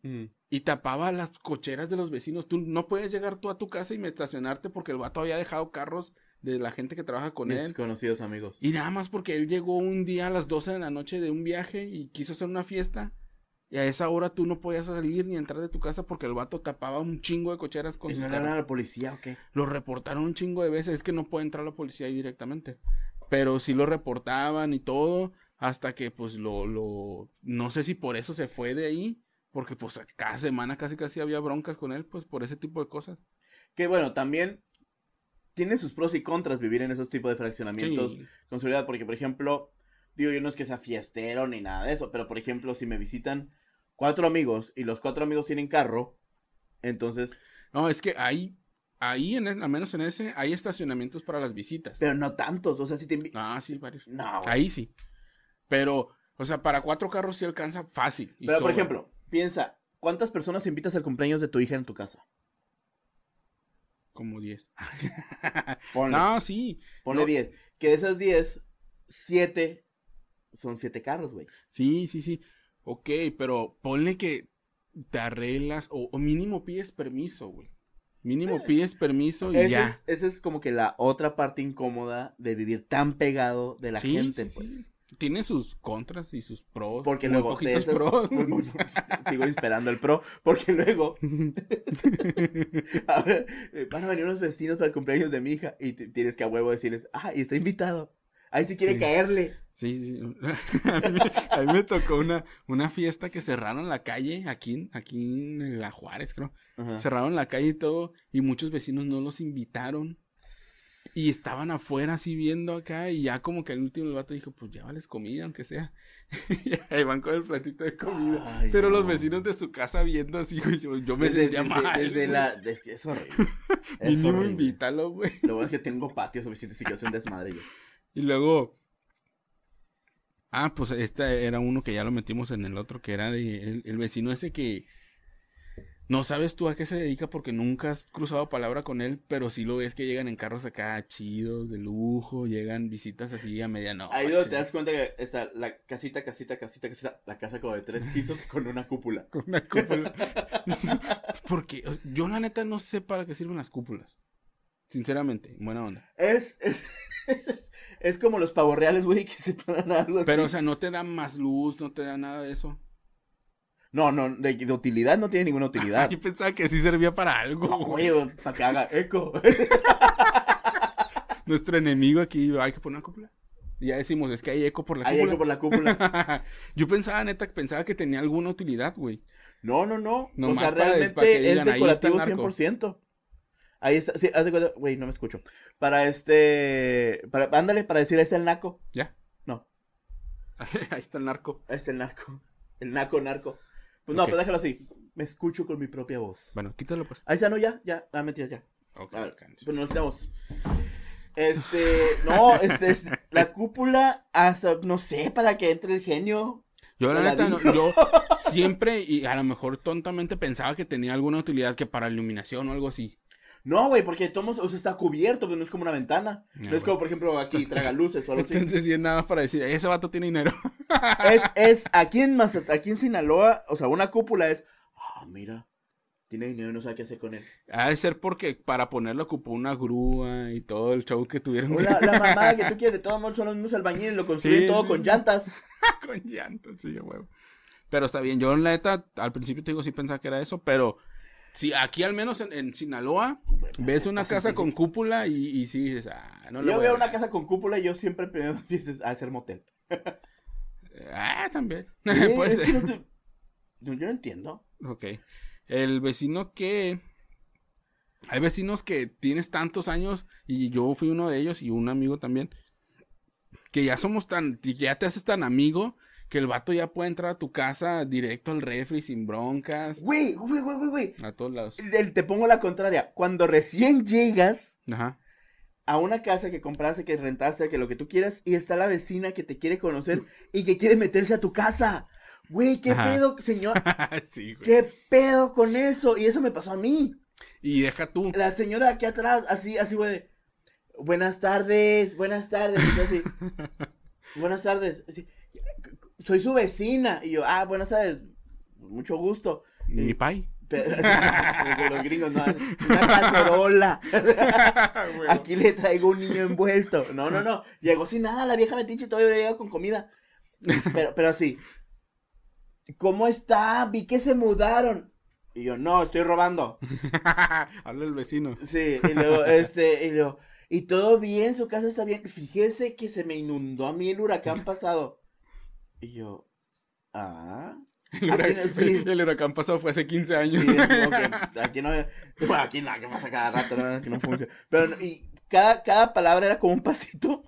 y tapaba las cocheras de los vecinos. Tú no puedes llegar tú a tu casa y me estacionarte porque el vato había dejado carros de la gente que trabaja con Con él. sus conocidos amigos. Y nada más porque él llegó un día a las 12 de la noche de un viaje y quiso hacer una fiesta. Y a esa hora tú no podías salir ni entrar de tu casa porque el vato tapaba un chingo de cocheras con ¿Y sus no le carros. hablan a la policía o qué? Lo reportaron un chingo de veces. Es que no puede entrar la policía ahí directamente. Pero sí lo reportaban y todo. Hasta que pues lo, lo... No sé si por eso se fue de ahí. Porque pues cada semana casi casi había broncas con él. Pues por ese tipo de cosas. Que bueno, también tiene sus pros y contras vivir en esos tipos de fraccionamientos Sí. con seguridad, porque por ejemplo, digo yo no es que sea fiestero ni nada de eso, pero por ejemplo, si me visitan cuatro amigos y los cuatro amigos tienen carro, entonces, No, es que ahí... Ahí, en el- al menos en ese, hay estacionamientos para las visitas. pero no tantos, o sea, si te invi- Ah, sí, varios. No, güey. Ahí sí. Pero, o sea, para cuatro carros sí alcanza fácil. y Pero por sobra. ejemplo, piensa, ¿cuántas personas invitas al cumpleaños de tu hija en tu casa? Como diez. Ponle, No, sí. ponle no. 10. Que de esas 10, 7 son 7 carros, güey. Sí, sí, sí. Ok, pero ponle que te arreglas o, o mínimo pides permiso, güey. Mínimo pides permiso y Esa ya. es, esa es como que la otra parte incómoda de vivir tan pegado de la Sí, gente, sí, sí. pues. Tiene sus contras y sus pros. Porque muy luego de poquitos esas- pros. Muy, muy- sigo esperando el pro, porque luego ahora, eh, van a venir unos vecinos para el cumpleaños de mi hija y te- tienes que a huevo decirles, ah, y está invitado. Ahí sí quiere Sí. caerle. Sí, sí. A mí, a mí me tocó una, una fiesta que cerraron la calle aquí, en- aquí en La Juárez, creo. Ajá. Cerraron la calle y todo, y muchos vecinos no los invitaron. Y estaban afuera así viendo acá, y ya como que al último el vato dijo, pues llévales comida, aunque sea. y ahí van con el platito de comida. Ay, Pero los no. vecinos de su casa viendo así, güey, yo, yo me desde, sentía desde- mal. güey. desde la. Es que es horrible. Es Mínimo horrible. invítalo, güey. Lo bueno es que tengo patio suficiente si quiero hacer un desmadre yo. Y luego... Ah, pues este era uno que ya lo metimos en el otro, que era de el, el vecino ese que... No sabes tú a qué se dedica porque nunca has cruzado palabra con él, pero sí lo ves que llegan en carros acá chidos, de lujo, llegan visitas así a medianoche. Ahí donde te das cuenta que está la casita, casita, casita, casita, la casa como de tres pisos con una cúpula. Con una cúpula. Porque o sea, yo la neta no sé para qué sirven las cúpulas. Sinceramente, buena onda. Es, es, es, es como los pavorreales, güey, que se paran algo así. Pero, o sea, no te da más luz, no te da nada de eso. No, no, de, de utilidad no tiene ninguna utilidad. Yo pensaba que sí servía para algo. No, güey. güey, para que haga eco. Nuestro enemigo aquí, hay que poner una cúpula. Y ya decimos, es que hay eco por la Hay cúpula. eco por la cúpula. yo pensaba, neta, que pensaba que tenía alguna utilidad, güey. No, no, no. o sea, Nomás para- realmente para que es digan, ahí está el decorativo narco. 100%. Ahí está, sí, haz de cuenta, güey, no me escucho. Para este, para, ándale, para decir, ahí está el naco. ¿Ya? No. Ahí está el narco. Ahí está el narco. El naco, narco. Pues no, Ok. pues déjalo así. Me escucho con mi propia voz. Bueno, quítalo pues. Ahí está, no, ya, ya, ah, mentira, ya. Ok, A ver, alcanza. pero nos quitamos. Este, no, este, es- la cúpula, hasta, no sé, para que entre el genio. Yo la Hola, neta, no- Dino. yo siempre y a lo mejor tontamente pensaba que tenía alguna utilidad que para iluminación o algo así. No, güey, porque tomos, o sea, está cubierto, pero no es como una ventana. Ah, No, es bueno. como, por ejemplo, aquí, traga luces o algo así. Entonces, sí es nada más para decir, ese vato tiene dinero. Es, es, aquí en Mazat- aquí en Sinaloa, o sea, una cúpula es, ah, mira, tiene dinero y no sabe qué hacer con él. Ha de ser porque para ponerlo ocupó una grúa y todo el show que tuvieron O la, la mamada que tú quieres, de todos modos son los mismos albañiles, lo construyen Sí, todo sí, con sí. llantas. con llanto, sí, a huevo. Pero está bien, yo la neta, al principio te digo, sí pensaba que era eso, pero si aquí al menos en, en Sinaloa ves una Así, casa sí, con sí. cúpula y, y sí dices, ah, no le Yo voy a veo una dar". casa con cúpula y yo siempre pienso, dices, ah, es el motel. Ah, también. Sí, Puede es ser. que no te- no, yo no entiendo. Ok. El vecino que Hay vecinos que tienes tantos años y yo fui uno de ellos y un amigo también. Que ya somos tan, que ya te haces tan amigo que el vato ya puede entrar a tu casa directo al refri sin broncas. Güey, güey, güey, güey, güey. A todos lados. El- el- te pongo la contraria. Cuando recién llegas Ajá. a una casa que compraste, que rentaste, que lo que tú quieras, y está la vecina que te quiere conocer y que quiere meterse a tu casa. Güey, ¿qué Ajá. pedo, señor? sí, güey. ¿Qué pedo con eso? Y eso me pasó a mí. Y deja tú. La señora aquí atrás, así, así, güey. de, Buenas tardes, buenas tardes. y yo así, buenas tardes. así, Soy su vecina. Y yo, ah, buenas tardes. Mucho gusto. Mi pai. Pero- como los gringos, no, una cacerola. Ah, Aquí le traigo un niño envuelto. No, no, no. Llegó sin nada, la vieja metiche todavía llega con comida. Pero, pero así. ¿Cómo está? Vi que se mudaron. Y yo, no, estoy robando. Habla el vecino. Sí, y luego, este, y luego, y todo bien, su casa está bien. Fíjese que se me inundó a mí el huracán pasado. Y yo, ah. El, Aquí hurac- no- sí. el huracán pasado fue hace 15 Sí, años. es como que aquí no, bueno, aquí no, que pasa cada rato, no, que no funciona. Pero, no, y cada, cada palabra era como un pasito,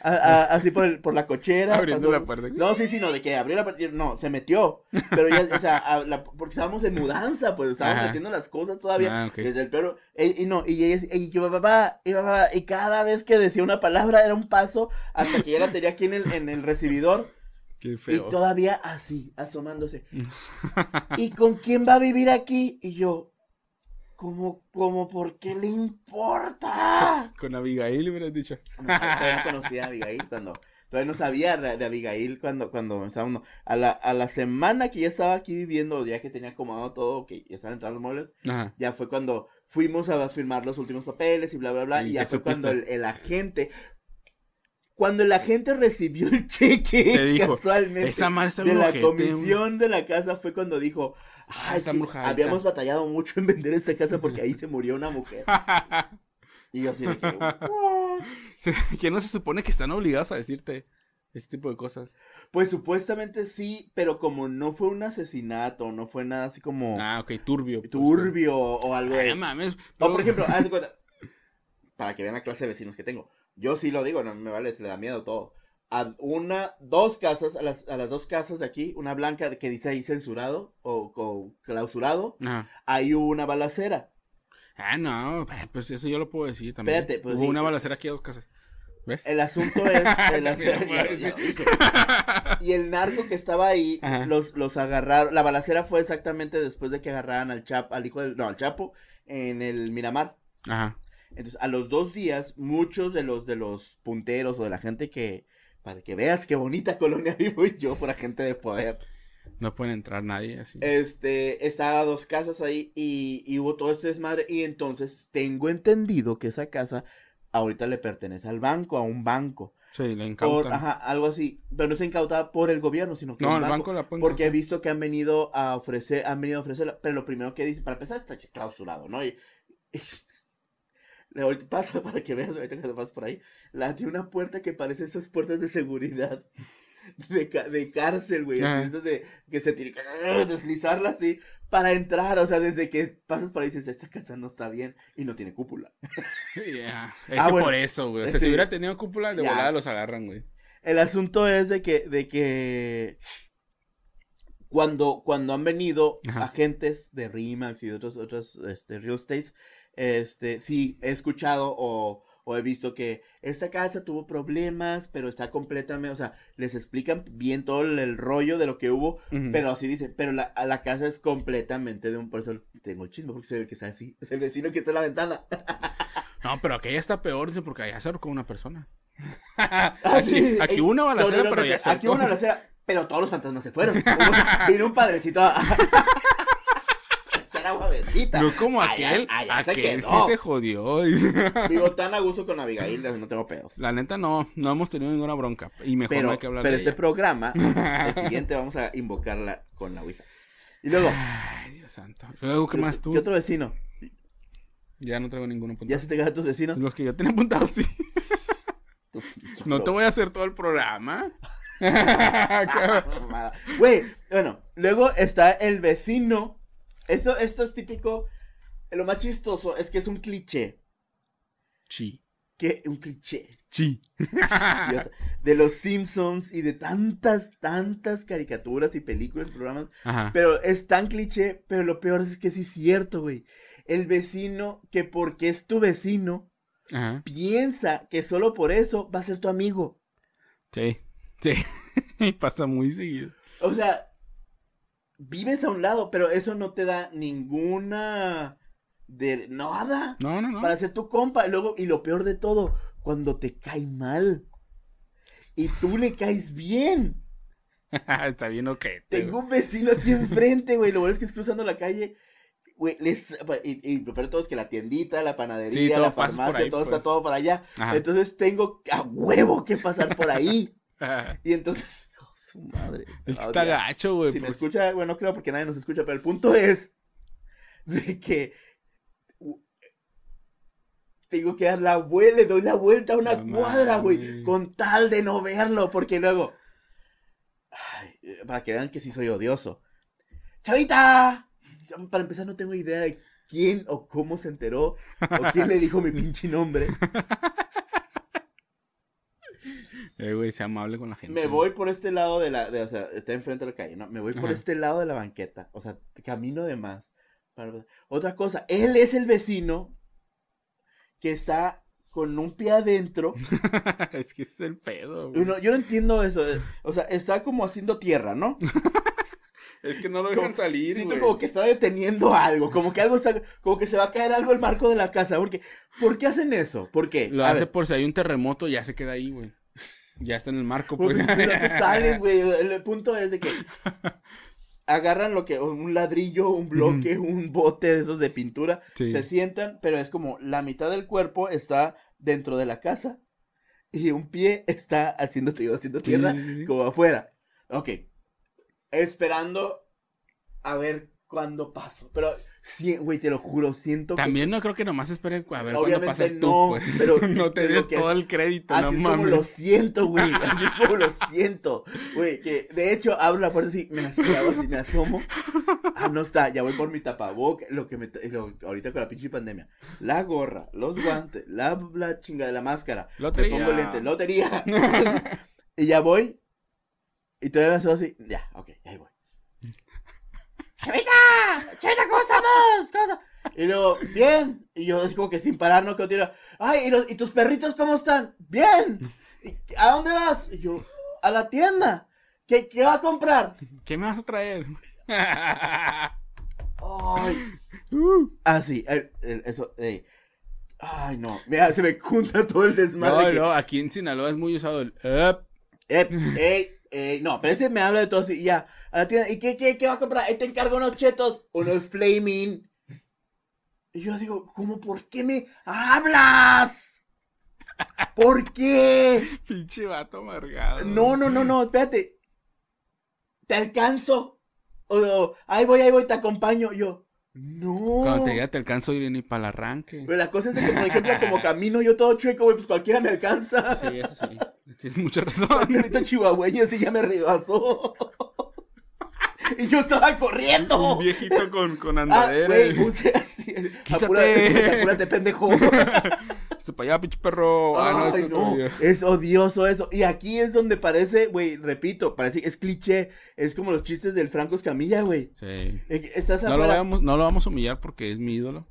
a- a- así por, el- por la cochera. Abriendo pasó- la puerta. No, sí, sí, no, de que abrió la puerta, no, se metió, pero ya, o sea, a la- porque estábamos en mudanza, pues, estábamos Ajá. metiendo las cosas todavía, Ah, ok. desde el perro, y, y no, y ella, y yo, papá, y papá, y cada vez que decía una palabra era un paso hasta que ya la tenía aquí en el, en el recibidor, Qué feo. y todavía así, asomándose. ¿Y con quién va a vivir aquí? Y yo, como, como, ¿por qué le importa? Con Abigail hubieras dicho. No, todavía no conocía a Abigail cuando, todavía no sabía re- de Abigail cuando, cuando estábamos, no. a la, a la semana que ya estaba aquí viviendo, ya que tenía acomodado todo, que ya estaban entrando los muebles, Ajá. ya fue cuando fuimos a firmar los últimos papeles y bla, bla, bla, ¿Y y, qué ya fue supiste? cuando el, el agente... Cuando el agente recibió el cheque, Te dijo, casualmente Esa madre está de bien la ojete, güey. comisión de la casa fue cuando dijo, Ah, "Ah, es esa que bruja habíamos alta". batallado mucho en vender esta casa porque ahí se murió una mujer. Y yo así de que, "What?". que no se supone que están obligados a decirte ese tipo de cosas. pues supuestamente sí, pero como no fue un asesinato, no fue nada así como Ah, ok, turbio. pues. turbio o algo Ay, de... no mames. O pero- por ejemplo, haz de cuenta, para que vean la clase de vecinos que tengo. Yo sí lo digo, no me vale, se le da miedo todo. A una, dos casas, a las, a las dos casas de aquí, una blanca que dice ahí censurado o, o clausurado, Ajá. ahí hubo una balacera. Ah, no, eh, pues eso yo lo puedo decir también. Espérate, pues Hubo sí. una balacera aquí a dos casas. ¿Ves? El asunto es. el asu- También lo puedo ya- ya lo dije. y el narco que estaba ahí, Ajá. los, los agarraron. La balacera fue exactamente después de que agarraran al Chapo, al hijo del. No, al Chapo, en el Miramar. Ajá. Entonces, a los dos días, muchos de los de los punteros o de la gente que. Para que veas qué bonita colonia vivo yo por agente de poder. No pueden entrar nadie así. Este, estaba a dos casas ahí y, y hubo todo este desmadre. Y entonces tengo entendido que esa casa ahorita le pertenece al banco, a un banco. sí, la por- incautan. ajá, algo así, pero no se incautada por el gobierno, sino que No, un el banco, banco la pueden porque he incautar. visto que han venido a ofrecer, han venido a ofrecer, pero lo primero que dice, para empezar está clausurado, ¿no? Y, y- le- ahorita pasa para que veas, ahorita que pasas por ahí, la tiene una puerta que parece esas puertas de seguridad. De, ca- de cárcel, güey, Ajá. así esas de que se tiene que deslizarla así para entrar, o sea, desde que pasas por ahí dices, esta casa no está bien y no tiene cúpula. Yeah. Es Ah, que bueno. por eso, güey. O sea, Sí. si hubiera tenido cúpula, de Ya. volada los agarran, güey. El asunto es de que, de que cuando, cuando han venido Ajá. agentes de RIMAX y de otros, otros este, real estates, este, sí, he escuchado o, o he visto que esta casa tuvo problemas, pero está completamente, o sea, les explican bien todo el, el rollo de lo que hubo, Ujú. pero así dice, pero la, a la casa es completamente de un, por eso tengo el chisme, porque es el que está así, es el vecino que está en la ventana. No, pero aquella está peor, dice, porque allá se ahorcó una persona. Ah, aquí, sí, aquí ey, hubo una No, no, balacera, no, pero espérate, ya se Aquí hubo una ahorcó. balacera, pero todos los fantasmas se fueron. Hubo- Vino un padrecito a, a echar agua bendita. No como Allá- aquel, allá se aquel quedó. sí se jodió. dice. Vivo tan a gusto con Abigail, no tengo pedos. La neta no, no hemos tenido ninguna bronca. Y mejor no Pero, hay que hablar pero de este ella. programa, el siguiente vamos a invocarla con la Ouija. Y luego, Ay, Dios santo. Luego, ¿qué ¿qué- más tú? ¿qué otro vecino? Ya no traigo ninguno ¿Ya apuntado. se te quedan tus vecinos? Los que yo tenía apuntados, sí. No te voy a hacer todo el programa. Mamada. Güey, bueno, luego está el vecino. Eso, esto es típico. Lo más chistoso es que es un cliché. Chi. Que un cliché. Chi. idiota, De los Simpsons y de tantas, tantas caricaturas y películas y programas. Ajá. Pero es tan cliché, pero lo peor es que sí es cierto, güey. El vecino que porque es tu vecino, Ajá. piensa que solo por eso va a ser tu amigo. Sí. Sí. Pasa muy seguido. O sea, vives a un lado, pero eso no te da ninguna de nada No, no, no. para ser tu compa. Y Luego, y lo peor de todo, cuando te cae mal y tú le caes bien. Está bien, ok. Tengo un vecino aquí enfrente, güey. Lo bueno es que es cruzando la calle. Güey, les, y, y lo peor de todo es que la tiendita, la Sí, panadería, todo la pasa por farmacia, ahí, todo pues. está todo para allá. Ajá. Entonces tengo a huevo que pasar por ahí. Ajá. y entonces, hijo de su madre. El que Ah, está ya. gacho, güey. Si me pues. escucha, bueno, no creo porque nadie nos escucha, pero el punto es de que u- tengo que dar la vuelta, le doy la vuelta a una No cuadra, mames. güey, con tal de no verlo, porque luego, Ay, eh, para que vean que sí soy odioso. Chavita, Yo, para empezar no tengo idea de quién o cómo se enteró o quién le dijo mi pinche nombre. Eh, güey, sea amable con la gente. Me voy por este lado de la, de- o sea, está enfrente de la calle, ¿no? Me voy por Ajá. este lado de la banqueta, o sea, camino de más. Para- Otra cosa, él es el vecino que está con un pie adentro. es que es el pedo, güey. Uno- yo no entiendo eso, eh, o sea, está como haciendo tierra, ¿no? Es que no lo dejan Como- salir, Siento güey. como que está deteniendo algo, como que algo está, como que se va a caer algo el marco de la casa, porque, ¿por qué hacen eso? ¿Por qué? Lo A hace ver, por si hay un terremoto, ya se queda ahí, güey. Ya está en el marco, Porque pues. si no te sales, güey. El punto es de que agarran lo que, un ladrillo, un bloque, un bote de esos de pintura, Sí. se sientan, pero es como la mitad del cuerpo está dentro de la casa y un pie está haciendo, te digo, haciendo Sí, tierra sí, sí. como afuera. Ok. Esperando a ver cuándo paso. Pero, sí, güey, te lo juro, siento que También no creo que nomás espere a ver cuándo Obviamente pasas tú, no, pues. pero no te digo des que todo el crédito, no Así es como mames. lo siento, güey. Así es como lo siento. Güey, que de hecho abro la puerta así, me as- me hago así, me asomo. Ah, no está, ya voy por mi tapaboca. Lo que me. t- lo- ahorita con la pinche pandemia. La gorra, los guantes, la, la chinga de la máscara. me Lotería. pongo lentes, lotería. y ya voy. Y todavía me asomo así. Ya, ok, ya ahí voy. ¡Chavita! ¡Chavita, cómo estamos! ¿Cómo estamos? Y luego, bien. Y yo así como que sin parar, no que tiro. Ay, ¿y, los- ¿y tus perritos cómo están? Bien. "¿Y ¿A dónde vas? Y yo, a la tienda. ¿Qué, qué va a comprar? ¿Qué me vas a traer? Ay, Ah, Uh, así, eh, eso, ey. Ay, no, mira, se me junta todo el desmadre. no, que- no, aquí en Sinaloa es muy usado el up. Ep, Eh, ey, ey, no, pero ese me habla de todo así, y ya, a la tienda, ¿y qué, qué, qué va a comprar? Ahí te encargo unos chetos, unos flaming. Y yo así como, ¿cómo, por qué me hablas? ¿Por qué? Pinche vato amargado. No, no, no, no, espérate. Te alcanzo. O, o, ahí voy, ahí voy, te acompaño. Yo, no. Cuando te diga te alcanzo ir ni para el arranque. Pero la cosa es de que, por ejemplo, como camino yo todo chueco, güey, pues cualquiera me alcanza. Sí, eso sí. Tienes mucha Un razón. perrito chihuahueño así ya me rebasó. y yo estaba corriendo. Un viejito con, con Ah, andadera. güey, puse así. Quítate. Apúrate, apúrate, pendejo. Se para "Este allá, pinche perro. Ah, no, Ay, eso no, no. es odioso eso. Y aquí es donde parece, güey, repito, parece, es cliché. Es como los chistes del Franco Escamilla, güey. Sí. Eh, que Estás No lo, afuera. vamos, no lo vamos a humillar porque es mi ídolo.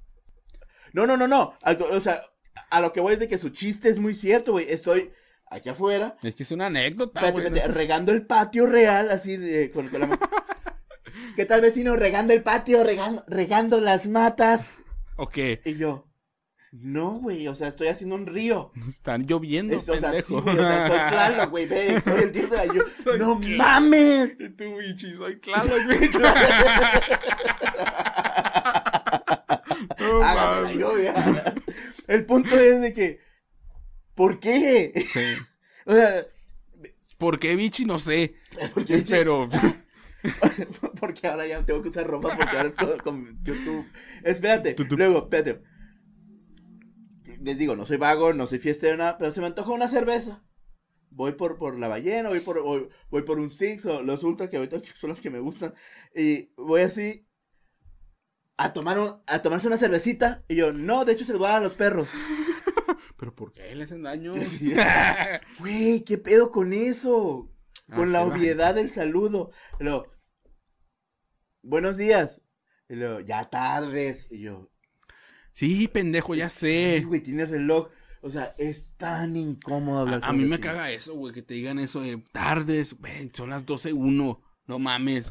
No, no, no, no. Al- o sea, a lo que voy es de que su chiste es muy cierto, güey. Estoy aquí afuera, Es que es una anécdota, espérate, güey. no espérate, seas- regando el patio real, así eh, con, con la ma- ¿Qué tal vecino? Regando el patio, regando, regando las matas. ¿O qué? Y yo, no, güey, o sea, estoy haciendo un río. Están lloviendo, Es- o sea, sí, pendejo. güey, o sea, soy claro, güey, ve, soy el dios de la lluvia. Soy ¡No claro. mames! Y tú, bichi, soy claro, güey. No Hágase la mames. lluvia. El punto es de que, ¿por qué? Sí. O sea, ¿Por qué, bichi? No sé. porque bichi- Pero. porque ahora ya tengo que usar ropa porque ahora es con, con YouTube. Espérate, Tutup. luego, espérate. Les digo, no soy vago, no soy fiestero, nada, pero se me antoja una cerveza. Voy por, por la ballena, voy por, voy, voy por un Six o los Ultra que ahorita son las que me gustan. Y voy así. a, tomar un- a tomarse una cervecita. Y yo, no, de hecho se lo voy a dar a los perros. Pero ¿por qué le hacen daño? Sí. Güey, ¿qué pedo con eso? Con Ah, la sí, va. obviedad del saludo. Y luego, buenos días. Y luego, ya tardes. Y yo, Sí, pendejo, ya "Sí, sé. güey, tienes reloj. O sea, es tan incómodo hablar A, a con mí me vecinos. caga eso, güey, que te digan eso de tardes, güey, son las 12.1, no mames.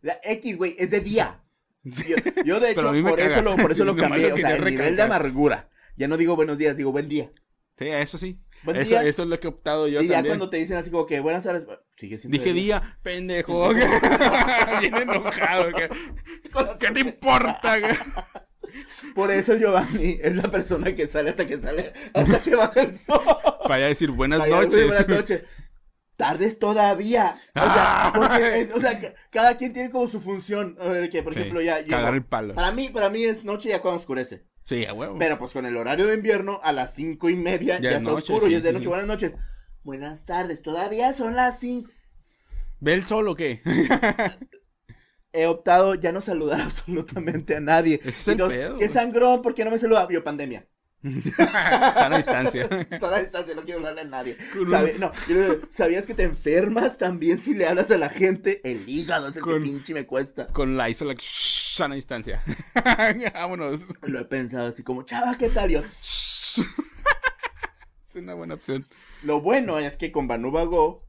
La X, güey, es de día. Yo, yo, de Pero hecho, a mí me por eso caga. lo, por eso Sí, lo nomás lo cambié. O quería sea, el nivel de recalcar. amargura. Ya no digo buenos días, digo buen día. Sí, eso sí. Buen Eso, día. eso es lo que he optado yo y ya también. cuando te dicen así como que buenas tardes, bueno, sigue siendo Dije de día, pendejo. Bien enojado. que- ¿Qué te importa? que- Por eso el Giovanni es la persona que sale hasta que sale, hasta que baja el sol. Para decir buenas Vaya, güey, noches. Buenas noches. Tardes todavía. O Ah. sea, porque es- o sea, ca- cada quien tiene como su función. o sea, de que, por Sí, ejemplo, ya. llego. Cagar el palo. Para mí, para mí es noche ya cuando oscurece. Sí, a huevo. Pero pues con el horario de invierno, a las cinco y media Ya ya, es está noche, oscuro sí, y es de sí, noche. sí. Buenas noches. Buenas tardes. Todavía son las cinco. ¿Ve el sol o qué? He optado ya no saludar absolutamente a nadie. Ese es el Entonces, pedo, Qué güey. sangrón, ¿por qué no me saluda? Biopandemia. Sana distancia. Solo esta, no quiero hablarle a nadie. Con un- Sabe- no, yo le digo, ¿Sabías que te enfermas también si le hablas a la gente? El hígado es el Con- que pinche me cuesta. Con la isla, like, sana distancia. Vámonos. Lo he pensado así como, chava, ¿qué tal? Y Yo, es una buena opción. lo bueno es que con Banuba Go,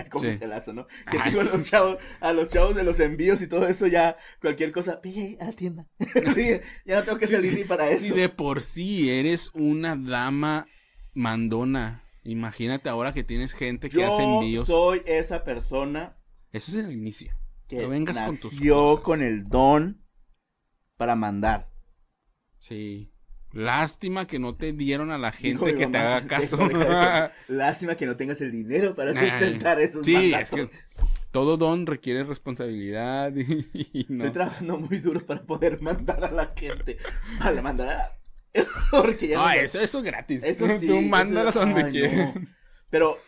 como Sí. se lazo, ¿no? Que Ah, digo a los, sí. chavos, a los chavos de los envíos y todo eso, ya cualquier cosa, pille a la tienda. Sí, ya no tengo que salir ni para Si eso. de por sí eres una dama mandona, imagínate ahora que tienes gente que hace Yo envíos. soy esa persona Eso es en el inicio. que No vengas con tus nació cosas. con el don para mandar. Sí. Lástima que no te dieron a la Dijo gente mi que te mamá, haga "Deja caso. de hacer- Lástima que no tengas el dinero para Nah. sustentar esos Sí, mandatos. es que todo don requiere responsabilidad y, y no. Estoy trabajando muy duro para poder mandar a la gente. Para mandar a la... Porque ya... Ah, no- eso, eso es gratis. Eso sí. Tú eso- mándalos a donde ay, quieras. no. Pero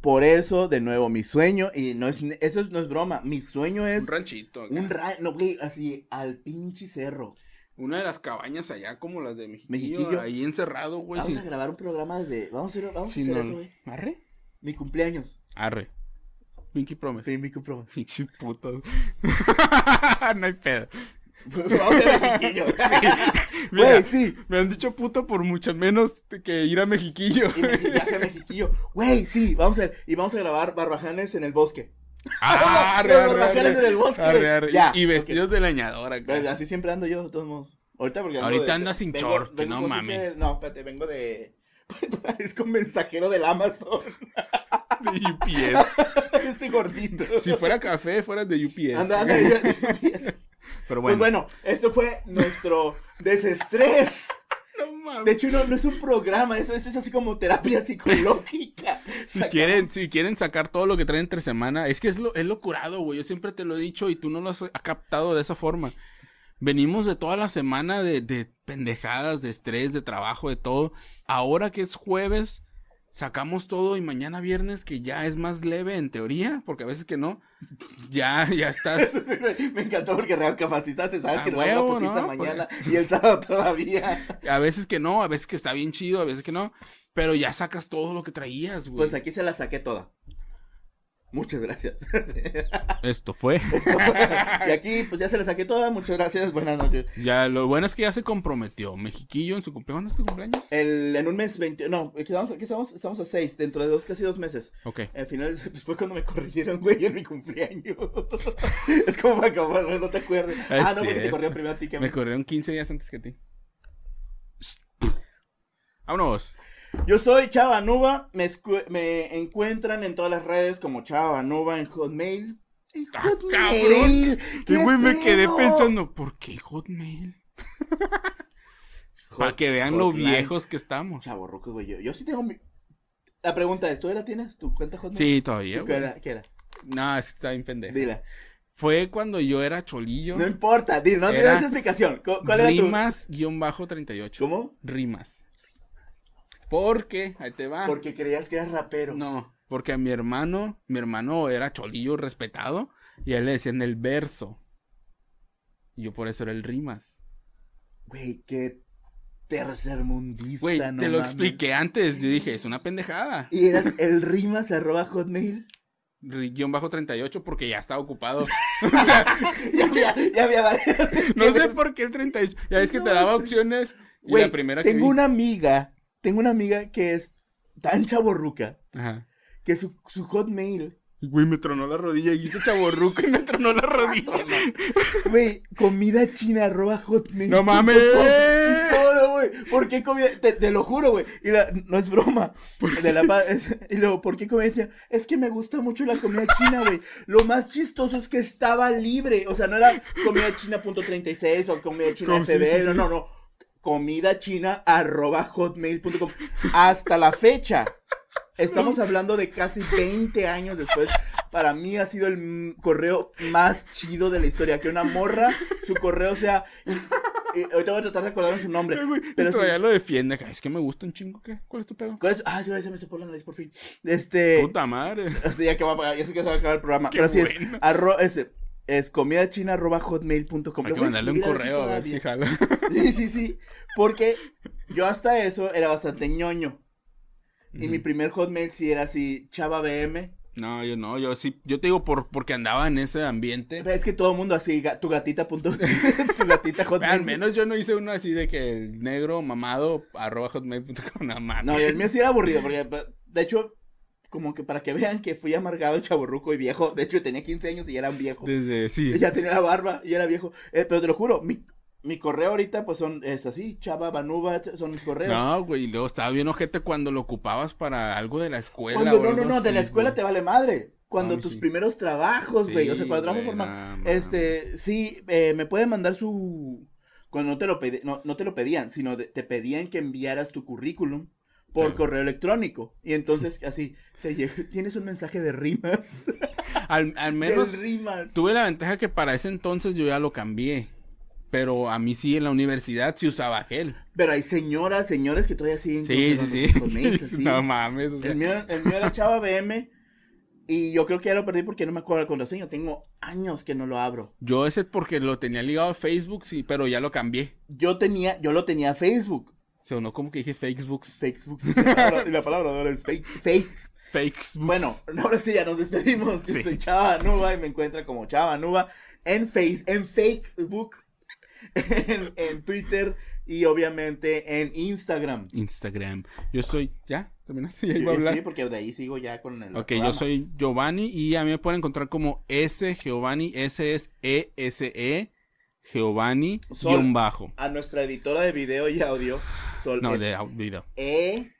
por eso, de nuevo, mi sueño, y no es, eso no es broma, mi sueño es Un ranchito. acá. un ra... No, güey, así, al pinche cerro. Una de las cabañas allá, como las de Mexiquillo, Mexiquillo. ahí encerrado, güey. vamos sin- a grabar un programa desde... Vamos a, ir- vamos a sin hacer ol- eso, güey. ¿Arre? Mi cumpleaños. Arre. Pinky Promise. Sí, mi cumpleaños. Pinches putos. no hay pedo. vamos a ir a Mexiquillo. Mira, Güey, sí. me han dicho puto por mucho menos que ir a Mexiquillo. Y me viaje a Mexiquillo. Güey, sí, vamos a ver. Y vamos a grabar barbajanes en el bosque. Ah, Los barbajanes en el bosque, arre, güey. arre. Ya, Y, y vestidos de leñadora. acá. Ve, Así siempre ando yo, de todos modos. Ahorita porque ando Ahorita de- andas sin vengo- short, que vengo no con mames. ese- No, espérate, vengo de... Es con mensajero del Amazon. De UPS. Ese gordito. si fuera café, fuera de UPS. Anda, anda, yo- Pero Pues bueno. bueno, esto fue nuestro desestrés. No mames. De hecho, no, no es un programa, eso, esto es así como terapia psicológica. Si quieren, si quieren sacar todo lo que traen entre semana, es que es lo, es lo curado, güey. Yo siempre te lo he dicho y tú no lo has has captado de esa forma. Venimos de toda la semana de, de pendejadas, de estrés, de trabajo, de todo. Ahora que es jueves, sacamos todo y mañana viernes, que ya es más leve en teoría, porque a veces que no, ya, ya estás. Me encantó porque recapacitaste, sabes Ah, que nos vamos a huevo, putiza ¿no? Pues mañana y el sábado todavía. A veces que no, a veces que está bien chido, a veces que no. Pero ya sacas todo lo que traías, güey. Pues aquí se la saqué toda. Muchas gracias. Esto fue. y aquí, pues ya se la saqué toda. Muchas gracias. Buenas noches. Ya, lo bueno es que ya se comprometió. Mexiquillo en su cumpleaños. ¿Cuándo es tu cumpleaños? El, en un mes, 20. No, aquí estamos, aquí estamos, estamos a 6, dentro de dos, casi dos meses. Ok. Al final pues, fue cuando me corrigieron, güey, en mi cumpleaños. es como para acabar, no, no te acuerdes. ah, no, porque te cierto. corrieron primero a ti que a mí. Me corrieron 15 días antes que a ti. Vámonos. Yo soy Chava Nuba. Me, escu- me encuentran en todas las redes como Chava Nuba en Hotmail. En Ah, cabrón. ¿qué Y güey, me quedé pedo? pensando, ¿por qué Hotmail? Para Hot- que vean lo Hotline. viejos que estamos. Chavo Ruco, güey. Yo, yo sí tengo mi. La pregunta es: ¿tú la tienes? ¿Tu cuenta Hotmail? Sí, ¿Qué todavía. güey. era? ¿Qué era? No, es que está bien pendejo. Dila. Fue cuando yo era cholillo. No importa, dila. No te Era- das explicación. ¿Cu- ¿Cuál era tu.? Rimas-38. ¿Cómo? Rimas. Porque, ahí te va. Porque creías que eras rapero. Ah. No, porque a mi hermano, mi hermano era cholillo respetado y a él le decían el verso. Y yo por eso era el Rimas. Güey, qué tercermundista. Güey, no te lo mames. expliqué antes. Yo dije, es una pendejada. Y eras el rimas arroba hotmail. Ri- Guión bajo 38 porque ya estaba ocupado. ya había, ya había varios. No sé por qué el 38. Ya ves que te daba opciones y Güey, la primera que tengo vi- una amiga, tengo una amiga que es tan chaborruca Ajá. que su, su hotmail, Güey, me tronó la rodilla. Y este chaborruco y me tronó la rodilla. güey, comida china arroba hotmail. ¡No mames! No, no, güey. ¿Por qué comida? Te, te lo juro, güey. Y la- no es broma. De la pa- es- y luego, ¿por qué comida china? Es que me gusta mucho la comida china, güey. Lo más chistoso es que estaba libre. O sea, no era comida china.36 o comida china Como si- FB. sí, sí. No, no, no. Comida china arroba hotmail.com. Hasta la fecha. Estamos hablando de casi 20 años después. Para mí ha sido el mm, correo más chido de la historia. Que una morra, su correo sea. y ahorita voy a tratar de acordarme su nombre. Ay, güey, y Pero sí. todavía lo defiende. Es que me gusta un chingo. ¿qué? ¿Cuál es tu pedo? ¿Cuál es? Ah, sí, ahora se me se por la nariz por fin. Este. Puta madre. Sí, ya que va a pagar, ya sé que se va a acabar el programa. Qué pero sí es, bueno. arro, es, es comidachina.hotmail.com. Hay que mandarle un correo a ver si jala. Sí, sí, sí. Porque yo hasta eso era bastante ñoño. Y mi Ujú. primer hotmail sí era así, chava BM. No, yo no, yo sí, yo te digo por porque andaba en ese ambiente. Pero es que todo el mundo así, ga- tu gatita punto, tu gatita hotmail. Al menos yo no hice uno así de que el negro mamado arroba hotmail.com nada más. No, y el mío sí era aburrido, porque pa- de hecho, como que para que vean que fui amargado, chaborruco y viejo. De hecho, tenía 15 años y ya era un viejo. Desde Y sí. Ya tenía la barba y era viejo. Eh, pero te lo juro, mi, mi correo ahorita pues son, es así, chava, banuba, ch- son mis correos. No, güey, y luego estaba bien ojete cuando lo ocupabas para algo de la escuela. Cuando, o no, no, algo no, de la así, escuela güey. te vale madre. Cuando mí tus sí. primeros trabajos, güey, o sea, Sí, cuando trabajo güey, formal. no, mames. Este, sí, eh, me puede mandar su... Cuando no te lo, pedi- no, no te lo pedían, sino de- te pedían que enviaras tu currículum por Sí. correo electrónico. Y entonces, así, te llega- tienes un mensaje de rimas. Al, al menos de rimas. tuve la ventaja que para ese entonces yo ya lo cambié. Pero a mí sí en la universidad sí usaba aquel. Pero hay señoras, señores que todavía siguen Sí, sí, conservando sí. sus corneitos, sí. No mames. o sea, El mío, el mío era Chava BM. Y yo creo que ya lo perdí porque no me acuerdo la contraseña. Tengo años que no lo abro. Yo ese es porque lo tenía ligado a Facebook, sí, pero ya lo cambié. Yo tenía, yo lo tenía Facebook. Se sonó como que dije Facebook. Facebook. Y la palabra, y la palabra de ahora es fake. fake. Facebook. Bueno, ahora sí ya nos despedimos. Yo Sí. soy Chava Nuba y me encuentra como Chava Nuba en Face, en Facebook, en, en Twitter y obviamente en Instagram. Instagram. Yo soy. ¿Ya? ¿Terminaste? Ya iba a Sí, hablar. porque de ahí sigo ya con el. Ok, programa. yo soy Giovanni y a mí me pueden encontrar como S Giovanni. S es E S E Giovanni Sol. guión bajo. A nuestra editora de video y audio, Sol. No, es de au- video. E.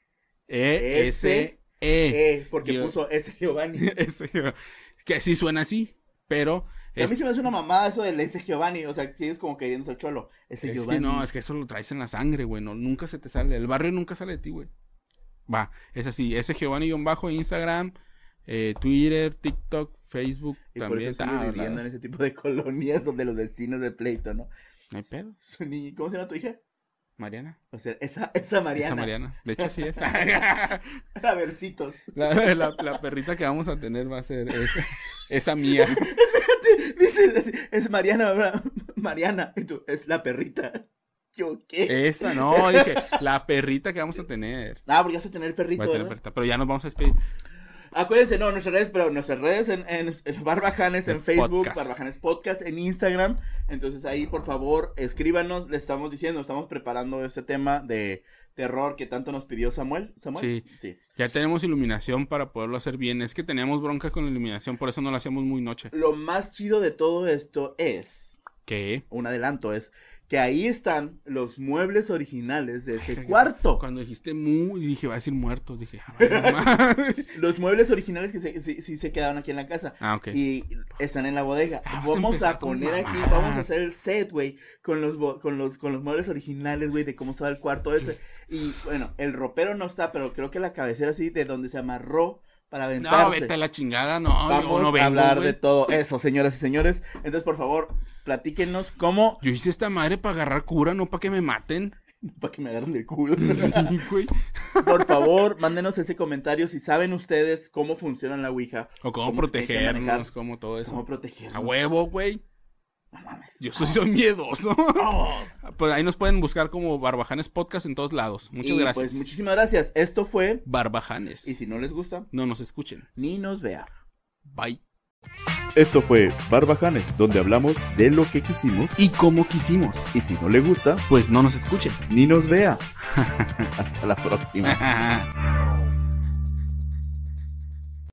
E S E Eh, porque Yo- puso ese Giovanni. S Giovanni. Que sí suena así, pero A es, mí se me hace una mamada eso del ese Giovanni. O sea, tienes como queriendo ser cholo. Ese es que Giovanni. no, es que eso lo traes en la sangre, güey. no, nunca se te sale. El barrio nunca sale de ti, güey. Va, es así. S Giovanni guión bajo Instagram, eh, Twitter, TikTok, Facebook. y por también eso sigo Ah, la- viviendo en ese tipo de colonias donde los vecinos de pleito, ¿no? No hay pedo. Su niña- ¿Cómo se llama tu hija? Mariana. O sea, esa, esa Mariana. Esa Mariana. De hecho, así es. A versitos. La, la- la perrita que vamos a tener va a ser esa, esa mía. Dices, es, es Mariana, ¿verdad? Mariana. Y tú, es la perrita. Yo, ¿qué? Esa, no, dije, la perrita que vamos a tener. Ah, porque vas a tener perrito, Va a tener ¿verdad? perrita, pero ya nos vamos a despedir. Acuérdense, no, nuestras redes, pero nuestras redes en, en, en Barbajanes, en El Facebook, podcast. Barbajanes Podcast, en Instagram. Entonces ahí, por favor, escríbanos. Le estamos diciendo, estamos preparando este tema de terror que tanto nos pidió Samuel. ¿Samuel? Sí. Ya tenemos iluminación para poderlo hacer bien. Es que teníamos bronca con la iluminación, por eso no la hacíamos muy noche. Lo más chido de todo esto es, ¿Qué? un adelanto, es que ahí están los muebles originales de Ay, ese cuarto. Cuando dijiste mu, dije, va a decir muerto. Dije, "Ah, vale, mamá". Los muebles originales que se- sí, sí se quedaron aquí en la casa. Ah, ok. Y están en la bodega. Ah, vas a vamos a empezar con poner aquí, mamadas. vamos a hacer el set, güey, con los, bo- con los con los muebles originales, güey, de cómo estaba el cuarto ese. Y bueno, el ropero no está, pero creo que la cabecera sí, de donde se amarró para aventarse. No, vete a la chingada, no. yo Vamos no vengo, a hablar güey. de todo eso, señoras y señores. Entonces, por favor, platíquenos cómo Yo hice esta madre para agarrar cura, no para que me maten. para que me agarren del culo. Sí, güey. por favor, mándenos ese comentario si saben ustedes cómo funciona la Ouija, O cómo Cómo se tiene que manejar. protegernos, cómo todo eso. cómo protegernos. A huevo, güey. No mames. Ah, Ah, Yo soy, soy miedoso. Vamos. pues ahí nos pueden buscar como Barbajanes Podcast en todos lados. Muchas Y, gracias. Pues, muchísimas gracias. Esto fue. Barbajanes. Y si no les gusta, No nos escuchen. ni nos vea. Bye. Esto fue Barbajanes, donde hablamos de lo que quisimos. Y como quisimos, Y si no le gusta, pues no nos escuchen. ni nos vea. Hasta la próxima.